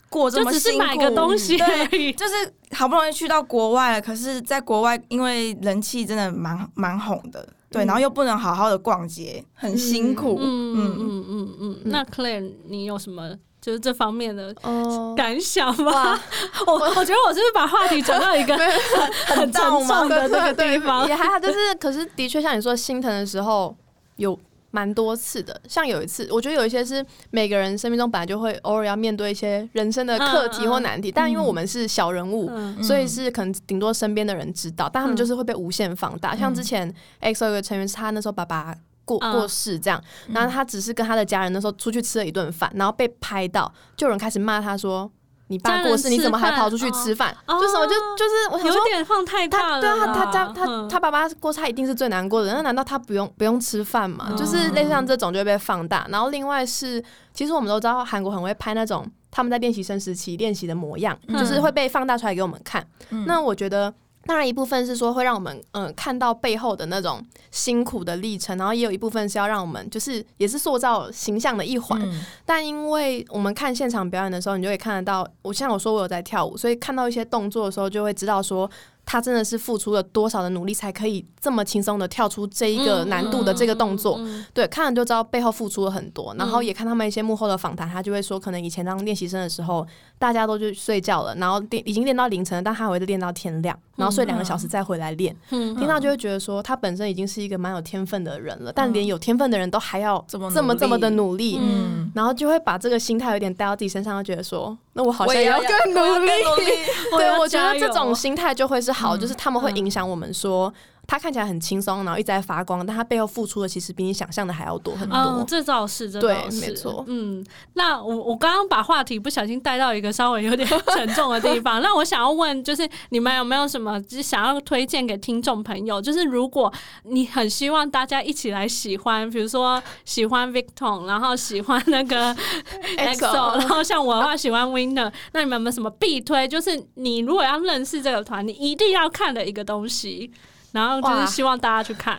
Speaker 2: 过这
Speaker 1: 就
Speaker 2: 么
Speaker 1: 只
Speaker 2: 辛
Speaker 1: 是
Speaker 2: 苦？
Speaker 1: 买个东西而已。
Speaker 2: 就是好不容易去到国外了，可是在国外因为人气真的蛮蛮红的，对，
Speaker 3: 嗯
Speaker 2: 然后又不能好好的逛街，很辛苦。
Speaker 1: 嗯嗯
Speaker 2: 嗯
Speaker 1: 嗯嗯嗯。
Speaker 3: 嗯
Speaker 1: 那 Claire，你有什么就是这方面的
Speaker 3: 哦，
Speaker 1: 感想吗？
Speaker 3: 哇，
Speaker 1: 我我觉得我是不是把话题转到一个很沉
Speaker 2: 重吗
Speaker 1: 重的那个地 方
Speaker 3: 也？还好，就是可是的确像你说心疼的时候有。蛮多次的，像有一次，我觉得有一些是每个人生命中本来就会偶尔要面对一些人生的课题或难题，但因为我们是小人物，
Speaker 1: 嗯
Speaker 3: 所以是可能顶多身边的人知道，但他们就是会被无限放大。像之前 EXO 有个成员是他那时候爸爸过、
Speaker 1: 嗯
Speaker 3: 过世这样，然后他只是跟他的家人那时候出去吃了一顿饭，然后被拍到，就有人开始骂他说：“你
Speaker 1: 家
Speaker 3: 爸
Speaker 1: 人
Speaker 3: 过世，你
Speaker 1: 吃
Speaker 3: 怎么还
Speaker 1: 饭
Speaker 3: 跑出去
Speaker 1: 哦
Speaker 3: 吃饭？”
Speaker 1: 哦
Speaker 3: 就什么就就是我想
Speaker 1: 有
Speaker 3: 说。
Speaker 1: 点放太大
Speaker 3: 他
Speaker 1: 了。
Speaker 3: 对啊，他家他
Speaker 1: 嗯
Speaker 3: 他爸爸过世，他一定是最难过的。那难道他不用不用吃饭吗？
Speaker 1: 嗯
Speaker 3: 就是类似像这种就会被放大。然后另外是，其实我们都知道韩国很会拍那种他们在练习生时期练习的模样，
Speaker 2: 嗯
Speaker 3: 就是会被放大出来给我们看。
Speaker 2: 嗯
Speaker 3: 那我觉得。当然一部分是说会让我们嗯、呃看到背后的那种辛苦的历程，然后也有一部分是要让我们就是也是塑造形象的一环。
Speaker 2: 嗯
Speaker 3: 但因为我们看现场表演的时候，你就会看得到，我像我说我有在跳舞，所以看到一些动作的时候，就会知道说他真的是付出了多少的努力，才可以这么轻松的跳出这一个难度的这个动作。
Speaker 1: 嗯
Speaker 3: 对，看了就知道背后付出了很多，然后
Speaker 1: 嗯
Speaker 3: 也看他们一些幕后的访谈，他就会说，可能以前当练习生的时候，大家都去睡觉了，然后练已经练到凌晨了，但他还会练到天亮，
Speaker 2: 嗯
Speaker 3: 然后睡两个小时再回来练。
Speaker 1: 嗯
Speaker 3: 听到就会觉得说，他本身已经是一个蛮有天分的人了，但连有天分的人都还要
Speaker 2: 这么
Speaker 3: 这么
Speaker 2: 努
Speaker 3: 这么的
Speaker 2: 力
Speaker 3: 努力，
Speaker 1: 嗯
Speaker 2: 嗯，
Speaker 3: 然后就会把这个心态有点带到自己身上，就觉得说，那我好
Speaker 2: 我
Speaker 3: 像
Speaker 2: 也要
Speaker 3: 更努力。对，
Speaker 1: 嗯要
Speaker 3: 我觉
Speaker 1: 加
Speaker 3: 得
Speaker 1: 油
Speaker 3: 这种心态就会是好，
Speaker 2: 嗯
Speaker 3: 就是他们会影响我们说，他看起来很轻松，然后一直在发光，但他背后付出的其实比你想象的还要多很
Speaker 1: 嗯，
Speaker 3: 多。
Speaker 1: 这倒是，这
Speaker 3: 对
Speaker 1: 倒是
Speaker 3: 没错
Speaker 1: 嗯，那我我刚刚把话题不小心带到一个稍微有点沉重的地方，那 我想要问，就是你们有没有什么就是想要推荐给听众朋友？就是如果你很希望大家一起来喜欢，比如说喜欢 Victon，然后喜欢那个 EXO，然 后像我的话喜欢 Winner，那你们有没有什么必推？就是你如果要认识这个团，你一定要看的一个东西。然后就
Speaker 3: 哇
Speaker 1: 是希望大家去 看，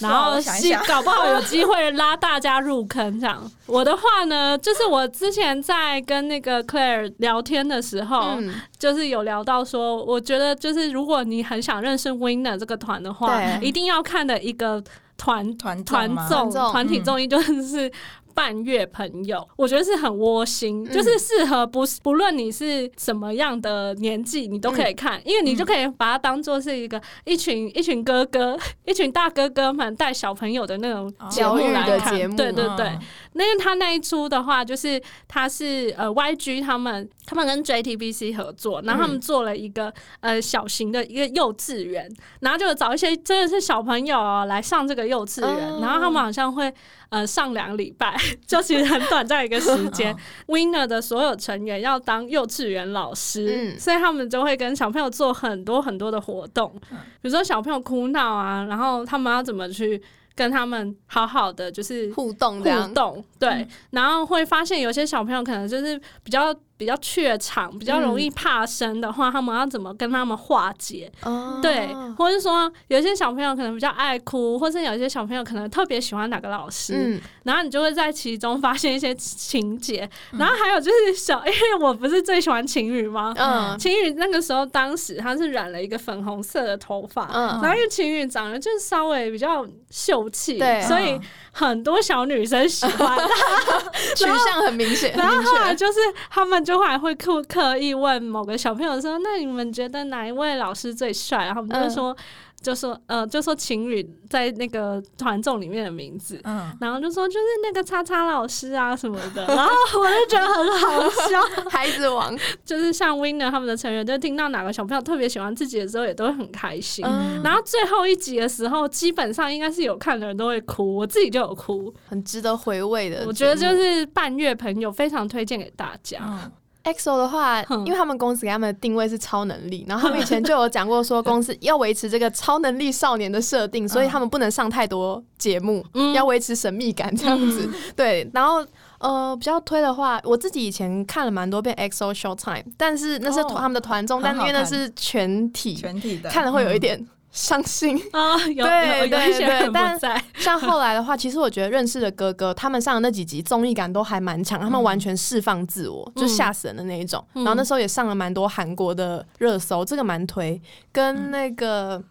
Speaker 1: 然
Speaker 2: 哇
Speaker 1: 后
Speaker 2: 我想一
Speaker 1: 是
Speaker 2: 想
Speaker 1: 搞不好有机会拉大家入坑这样。我的话呢，就是我之前在跟那个 Claire 聊天的时候，
Speaker 3: 嗯，
Speaker 1: 就是有聊到说，我觉得就是如果你很想认识 Winner 这个团的话，
Speaker 3: 对
Speaker 1: 一定要看的一个团
Speaker 2: 团
Speaker 1: 团
Speaker 2: 吗
Speaker 1: 综
Speaker 3: 团综嗯
Speaker 1: 团体综艺就是。半月朋友，我觉得是很窝心，
Speaker 3: 嗯
Speaker 1: 就是适合不是不论你是什么样的年纪，你都
Speaker 3: 嗯
Speaker 1: 可以看，因为你就可以把它当做是一个一群一群哥哥、一群大哥哥们带小朋友的那种节目
Speaker 3: 教育
Speaker 1: 来
Speaker 3: 的
Speaker 1: 看
Speaker 3: 节目
Speaker 1: 对对对。
Speaker 2: 嗯
Speaker 1: 那因为他那一出的话，就是他是呃 YG 他们他们跟 JTBC 合作，然后他们做了一个、
Speaker 3: 嗯
Speaker 1: 呃小型的一个幼稚园，然后就找一些真的是小朋友、哦、来上这个幼稚园，
Speaker 3: 哦
Speaker 1: 然后他们好像会呃上两个礼拜， 就其实很短暂一个时 间。Winner
Speaker 3: 哦
Speaker 1: 的所有成员要当幼稚园老师，
Speaker 3: 嗯
Speaker 1: 所以他们就会跟小朋友做很多很多的活动，
Speaker 2: 嗯
Speaker 1: 比如说小朋友哭闹啊，然后他们要怎么去跟他们好好的就是
Speaker 3: 互动这样嗯
Speaker 1: 互，动，对，然后会发现有些小朋友可能就是比较比较怯场，比较
Speaker 3: 嗯
Speaker 1: 容易怕生的话，他们要怎么跟他们化解？
Speaker 3: 哦
Speaker 1: 对，或是说有些小朋友可能比较爱哭，或是有些小朋友可能特别喜欢哪个老师，
Speaker 3: 嗯，
Speaker 1: 然后你就会在其中发现一些情节。然后还有就是小， 因为我不是最喜欢晴雨吗？
Speaker 3: 嗯
Speaker 1: 晴雨那个时候，当时她是染了一个粉红色的头发，
Speaker 3: 嗯
Speaker 1: 然后因为晴雨长得就是稍微比较秀气，
Speaker 3: 对
Speaker 1: 所以很多小女生喜欢她。
Speaker 3: 取向很明显，
Speaker 1: 然后
Speaker 3: 明
Speaker 1: 后来
Speaker 3: 确
Speaker 1: 就是他们就还会刻刻意问某个小朋友说：“那你们觉得哪一位老师最帅？”然后我们就
Speaker 3: 嗯
Speaker 1: 说。就说呃，就说情侣在那个团综里面的名字，
Speaker 2: 嗯，
Speaker 1: 然后就说就是那个叉叉老师啊什么 的，然后我就觉得很好笑。
Speaker 3: 孩子王，
Speaker 1: 就是像 Winner 他们的成员，就听到哪个小朋友特别喜欢自己的时候，也都会很开心。
Speaker 3: 嗯，
Speaker 1: 然后最后一集的时候，基本上应该是有看的人都会哭，我自己就有哭。
Speaker 3: 很值得回味呃的节目。
Speaker 1: 我觉得就是半月朋友非常推荐给大家。
Speaker 2: 嗯
Speaker 3: EXO 的话，
Speaker 1: 嗯
Speaker 3: 因为他们公司给他们的定位是超能力，然后他们以前就有讲过说，公司要维持这个超能力少年的设定， 所以他们不能上太多节目，
Speaker 1: 嗯
Speaker 3: 要维持神秘感这样子。
Speaker 2: 嗯
Speaker 3: 对，然后呃，比较推的话，我自己以前看了蛮多遍 EXO Showtime，但是那是
Speaker 2: 哦
Speaker 3: 他们的团综，
Speaker 2: 很
Speaker 3: 但
Speaker 2: 好
Speaker 3: 是因为那
Speaker 2: 看
Speaker 3: 是全体，
Speaker 2: 全体的嗯
Speaker 3: 看了会有一点伤心。
Speaker 1: 啊、有
Speaker 3: 对
Speaker 1: 有有一
Speaker 3: 对
Speaker 1: 些
Speaker 3: 对
Speaker 1: 人不
Speaker 3: 但
Speaker 1: 在，
Speaker 3: 像后来的话，其实我觉得认识的哥哥，他们上的那几集综艺感都还蛮强，他们完全释放自我，
Speaker 1: 嗯
Speaker 3: 就吓死人的那一种。
Speaker 1: 嗯
Speaker 3: 然后那时候也上了蛮多韩国的热搜，这个蛮推。
Speaker 1: 嗯
Speaker 3: 跟那个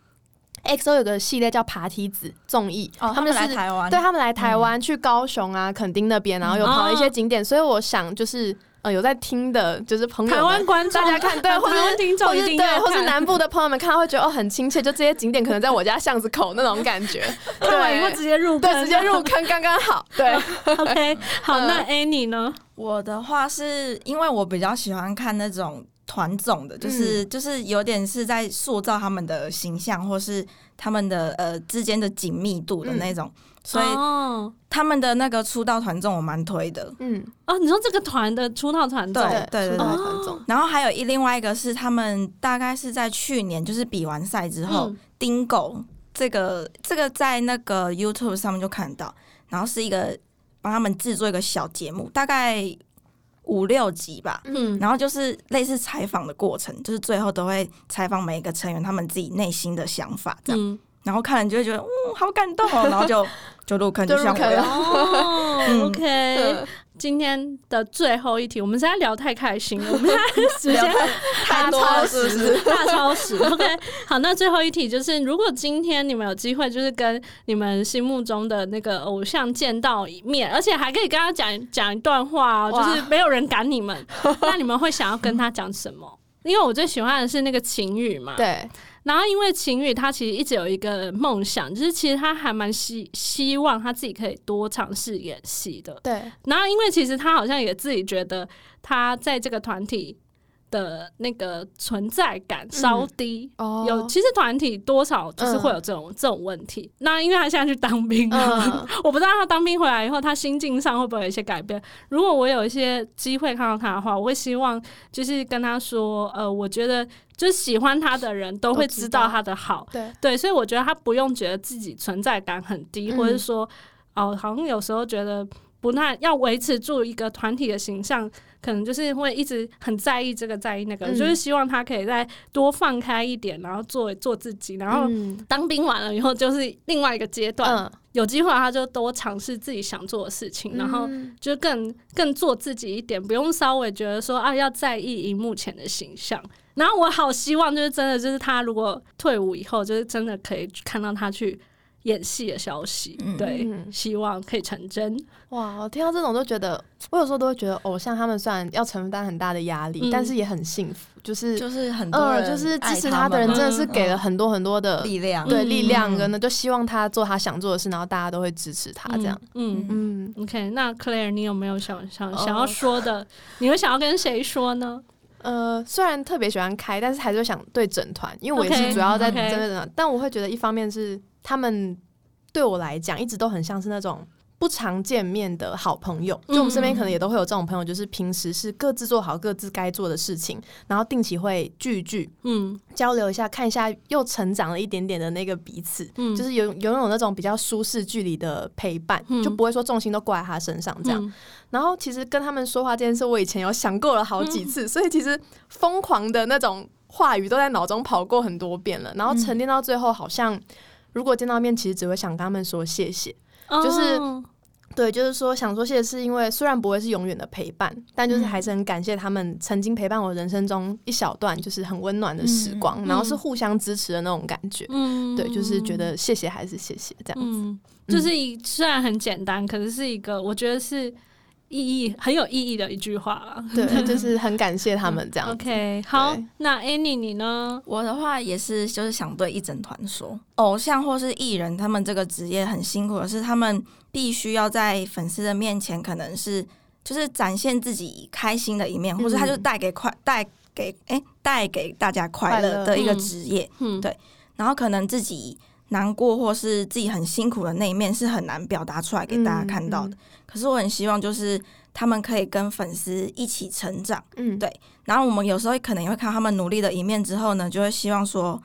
Speaker 3: XO 有个系列叫爬梯子综艺，
Speaker 2: 哦，
Speaker 3: 他
Speaker 2: 们
Speaker 3: 就
Speaker 2: 来
Speaker 3: 是。
Speaker 2: 台湾，
Speaker 3: 对他
Speaker 1: 嗯
Speaker 3: 们来台湾、去高雄啊、垦丁那边，然后有跑一
Speaker 1: 哦
Speaker 3: 些景点，所以我想就是呃有在听的，就是朋友们
Speaker 1: 台湾观众
Speaker 3: 大家看对，
Speaker 1: 台
Speaker 3: 或者
Speaker 1: 湾
Speaker 3: 是
Speaker 1: 听众
Speaker 3: 或
Speaker 1: 一
Speaker 3: 是
Speaker 1: 定
Speaker 3: 对，
Speaker 1: 要
Speaker 3: 或是
Speaker 1: 看。
Speaker 3: 南部的朋友们看到会觉得哦很亲切，就这些景点可能在我家巷子口那种感觉，
Speaker 1: 看完以后
Speaker 3: 对
Speaker 1: 直接 入坑，
Speaker 3: 对，直接 入坑刚刚好，对，
Speaker 1: OK，好，
Speaker 3: 嗯
Speaker 1: 那 Annie 呢？
Speaker 2: 我的话是因为我比较喜欢看那种团总的，就是、
Speaker 3: 嗯
Speaker 2: 就是有点是在塑造他们的形象，或是他们的呃之间的紧密度的那种，
Speaker 3: 嗯
Speaker 2: 所以
Speaker 1: 哦
Speaker 2: 他们的那个出道团综我蛮推的。
Speaker 3: 嗯，
Speaker 1: 哦，你说这个团的出道团综，
Speaker 2: 对对对
Speaker 3: 出道团综，
Speaker 2: 然后还有一另外一个是他们大概是在去年就是比完赛之后，
Speaker 1: 嗯
Speaker 2: Dingo 这个这个在那个 YouTube 上面就看得到，然后是一个帮他们制作一个小节目，大概五六集吧，
Speaker 1: 嗯，
Speaker 2: 然后就是类似采访的过程，就是最后都会采访每一个成员他们自己内心的想法这样，
Speaker 1: 嗯，
Speaker 2: 然后看了你就会觉得，嗯，好感动哦，然后 就就入坑，
Speaker 3: 就
Speaker 2: 就
Speaker 3: 入
Speaker 2: 像
Speaker 3: 坑
Speaker 2: 我一
Speaker 3: 了
Speaker 2: 样，
Speaker 1: 哦
Speaker 2: 嗯
Speaker 1: ，OK，今天的最后一题，我们现在聊太开心了，我们现在时间大
Speaker 2: 太多了
Speaker 1: 超
Speaker 2: 是不
Speaker 1: 时，
Speaker 2: 是？
Speaker 1: 大超时。OK，好， 那最后一题就是，如果今天你们有机会，就是跟你们心目中的那个偶像见到一面，而且还可以跟他讲讲一段话哦，
Speaker 3: 哇
Speaker 1: 就是没有人赶你 们，那你们会想要跟他讲什么？因为我最喜欢的是那个晴雨嘛，
Speaker 3: 对，
Speaker 1: 然后，因为晴雨她其实一直有一个梦想，就是其实她还蛮希希望她自己可以多尝试演戏的。
Speaker 3: 对，
Speaker 1: 然后，因为其实她好像也自己觉得她在这个团体的那个存在感稍低。
Speaker 3: 哦
Speaker 1: 有，其实团体多少就是
Speaker 3: 嗯
Speaker 1: 会有这种、这种问题。那因为她现在去当兵了，
Speaker 3: 嗯
Speaker 1: 我不知道她当兵回来以后，她心境上会不会有一些改变。如果我有一些机会看到她的话，我会希望就是跟她说，呃，我觉得就是喜欢她的人都会
Speaker 3: 都知
Speaker 1: 知道
Speaker 3: 道
Speaker 1: 她的好，
Speaker 3: 对，
Speaker 1: 对，所以我觉得她不用觉得自己存在感很低，
Speaker 3: 嗯
Speaker 1: 或者说哦，好像有时候觉得不太要维持住一个团体的形象，可能就是会一直很在意这个在意那个，
Speaker 3: 嗯
Speaker 1: 就是希望她可以再多放开一点，然后做做自己，然后。
Speaker 3: 嗯
Speaker 1: 当兵完了以后，就是另外一个阶段。
Speaker 3: 嗯，
Speaker 1: 有机会，她就多尝试自己想做的事情，然后
Speaker 3: 嗯
Speaker 1: 就更更做自己一点，不用稍微觉得说啊要在意荧幕前的形象。然后我好希望就是真的就是他如果退伍以后，就是真的可以看到他去演戏的消息，
Speaker 2: 嗯
Speaker 1: 对。
Speaker 3: 嗯
Speaker 1: 希望可以成真，
Speaker 3: 哇，我听到这种都觉得，我有时候都会觉得，偶像他们虽然要承担很大的压力，
Speaker 1: 嗯
Speaker 3: 但是也很幸福，就是
Speaker 2: 就是很多
Speaker 3: 嗯，
Speaker 2: 人
Speaker 3: 就是支
Speaker 2: 爱
Speaker 3: 持
Speaker 2: 他
Speaker 3: 的人
Speaker 2: 们
Speaker 3: 真的是给了
Speaker 2: 嗯
Speaker 3: 很多很多的
Speaker 2: 力量，
Speaker 3: 对
Speaker 1: 嗯
Speaker 3: 力量跟呢，就希望他做他想做的事，然后大家都会支持他啊这样。
Speaker 1: 嗯，
Speaker 3: 嗯，
Speaker 1: 嗯，OK。那 Claire，你有没有想想
Speaker 3: 哦
Speaker 1: 想要说的？你会想要跟谁说呢？
Speaker 3: 呃，虽然特别喜欢开，但是还是会想对整团，因为我也是
Speaker 1: OK，
Speaker 3: 主要在
Speaker 1: OK
Speaker 3: 针对整团。但我会觉得，一方面是他们对我来讲，一直都很像是那种不常见面的好朋友。就我们身边
Speaker 1: 嗯
Speaker 3: 可能也都会有这种朋友，就是平时是各自做好各自该做的事情，然后定期会聚一聚，
Speaker 1: 嗯
Speaker 3: 交流一下，看一下又成长了一点点的那个彼此。
Speaker 1: 嗯，
Speaker 3: 就是有有那种那种比较舒适距离的陪伴，
Speaker 1: 嗯
Speaker 3: 就不会说重心都挂在他身上这样。
Speaker 1: 嗯
Speaker 3: 然后其实跟他们说话这件事，我以前有想过了好几次，所以其实疯狂的那种话语都在脑中跑过很多遍了。然后沉淀到最后，好像如果见到面，其实只会想跟他们说谢谢。就是
Speaker 1: 哦
Speaker 3: 对，就是说想说谢谢，是因为虽然不会是永远的陪伴，但就是还是很感谢他们曾经陪伴我人生中一小段就是很温暖的时光，
Speaker 1: 嗯
Speaker 3: 然后是互相支持的那种感觉。
Speaker 1: 嗯
Speaker 3: 对，就是觉得谢谢还是谢谢这样子。
Speaker 1: 嗯，就是一虽然很简单，可是是一个我觉得是意义很有意义的一句话啦。
Speaker 3: 对，就是很感谢他们这样子。
Speaker 1: OK，好
Speaker 3: 对，
Speaker 1: 那 Annie 你呢？
Speaker 2: 我的话也是，就是想对一整团说，偶像或是艺人，他们这个职业很辛苦的是，他们必须要在粉丝的面前，可能是就是展现自己开心的一面，或者他就带给快带给哎带、给大家快
Speaker 3: 快乐
Speaker 2: 乐的一个
Speaker 1: 嗯
Speaker 2: 职业，
Speaker 1: 嗯，
Speaker 2: 对然后可能自己难过或是自己很辛苦的那一面是很难表达出来给
Speaker 3: 嗯
Speaker 2: 大家看到的。可是我很希望就是他们可以跟粉丝一起成长。
Speaker 3: 嗯，嗯，
Speaker 2: 对然后我们有时候可能也会看到他们努力的一面之后呢，就会希望说，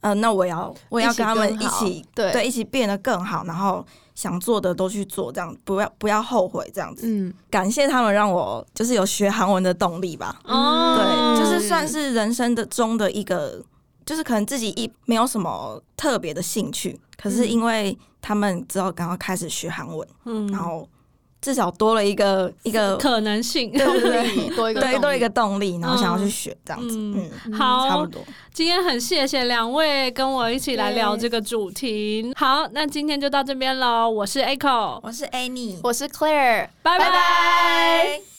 Speaker 2: 呃，那我也要我也要跟他们一
Speaker 3: 一起更
Speaker 2: 起
Speaker 3: 好，对
Speaker 2: 一起变得更好，然后想做的都去做，这样不要不要后悔，这样子。
Speaker 3: 嗯，
Speaker 2: 感谢他们让我就是有学韩文的动力吧，
Speaker 1: 哦，
Speaker 2: 嗯对，就是算是人生的中的一个，就是可能自己一没有什么特别的兴趣，可是因为他们之后刚刚开始学韩文，
Speaker 1: 嗯
Speaker 2: 然后至少多了一个一个
Speaker 1: 可能性。
Speaker 2: 对对对。
Speaker 3: 力多一个
Speaker 2: 对，
Speaker 3: 动
Speaker 2: 多一
Speaker 3: 力
Speaker 2: 个动力，然后想要去
Speaker 1: 嗯
Speaker 2: 学这样子，
Speaker 1: 嗯
Speaker 2: 嗯，差
Speaker 1: 好
Speaker 2: 不，多。
Speaker 1: 今天很谢谢两位跟我一起来聊这个主题。好，那今天就到这边喽。我是 Echo，
Speaker 2: 我是 Annie，
Speaker 3: 我是 Claire，
Speaker 1: 拜拜。
Speaker 2: 拜。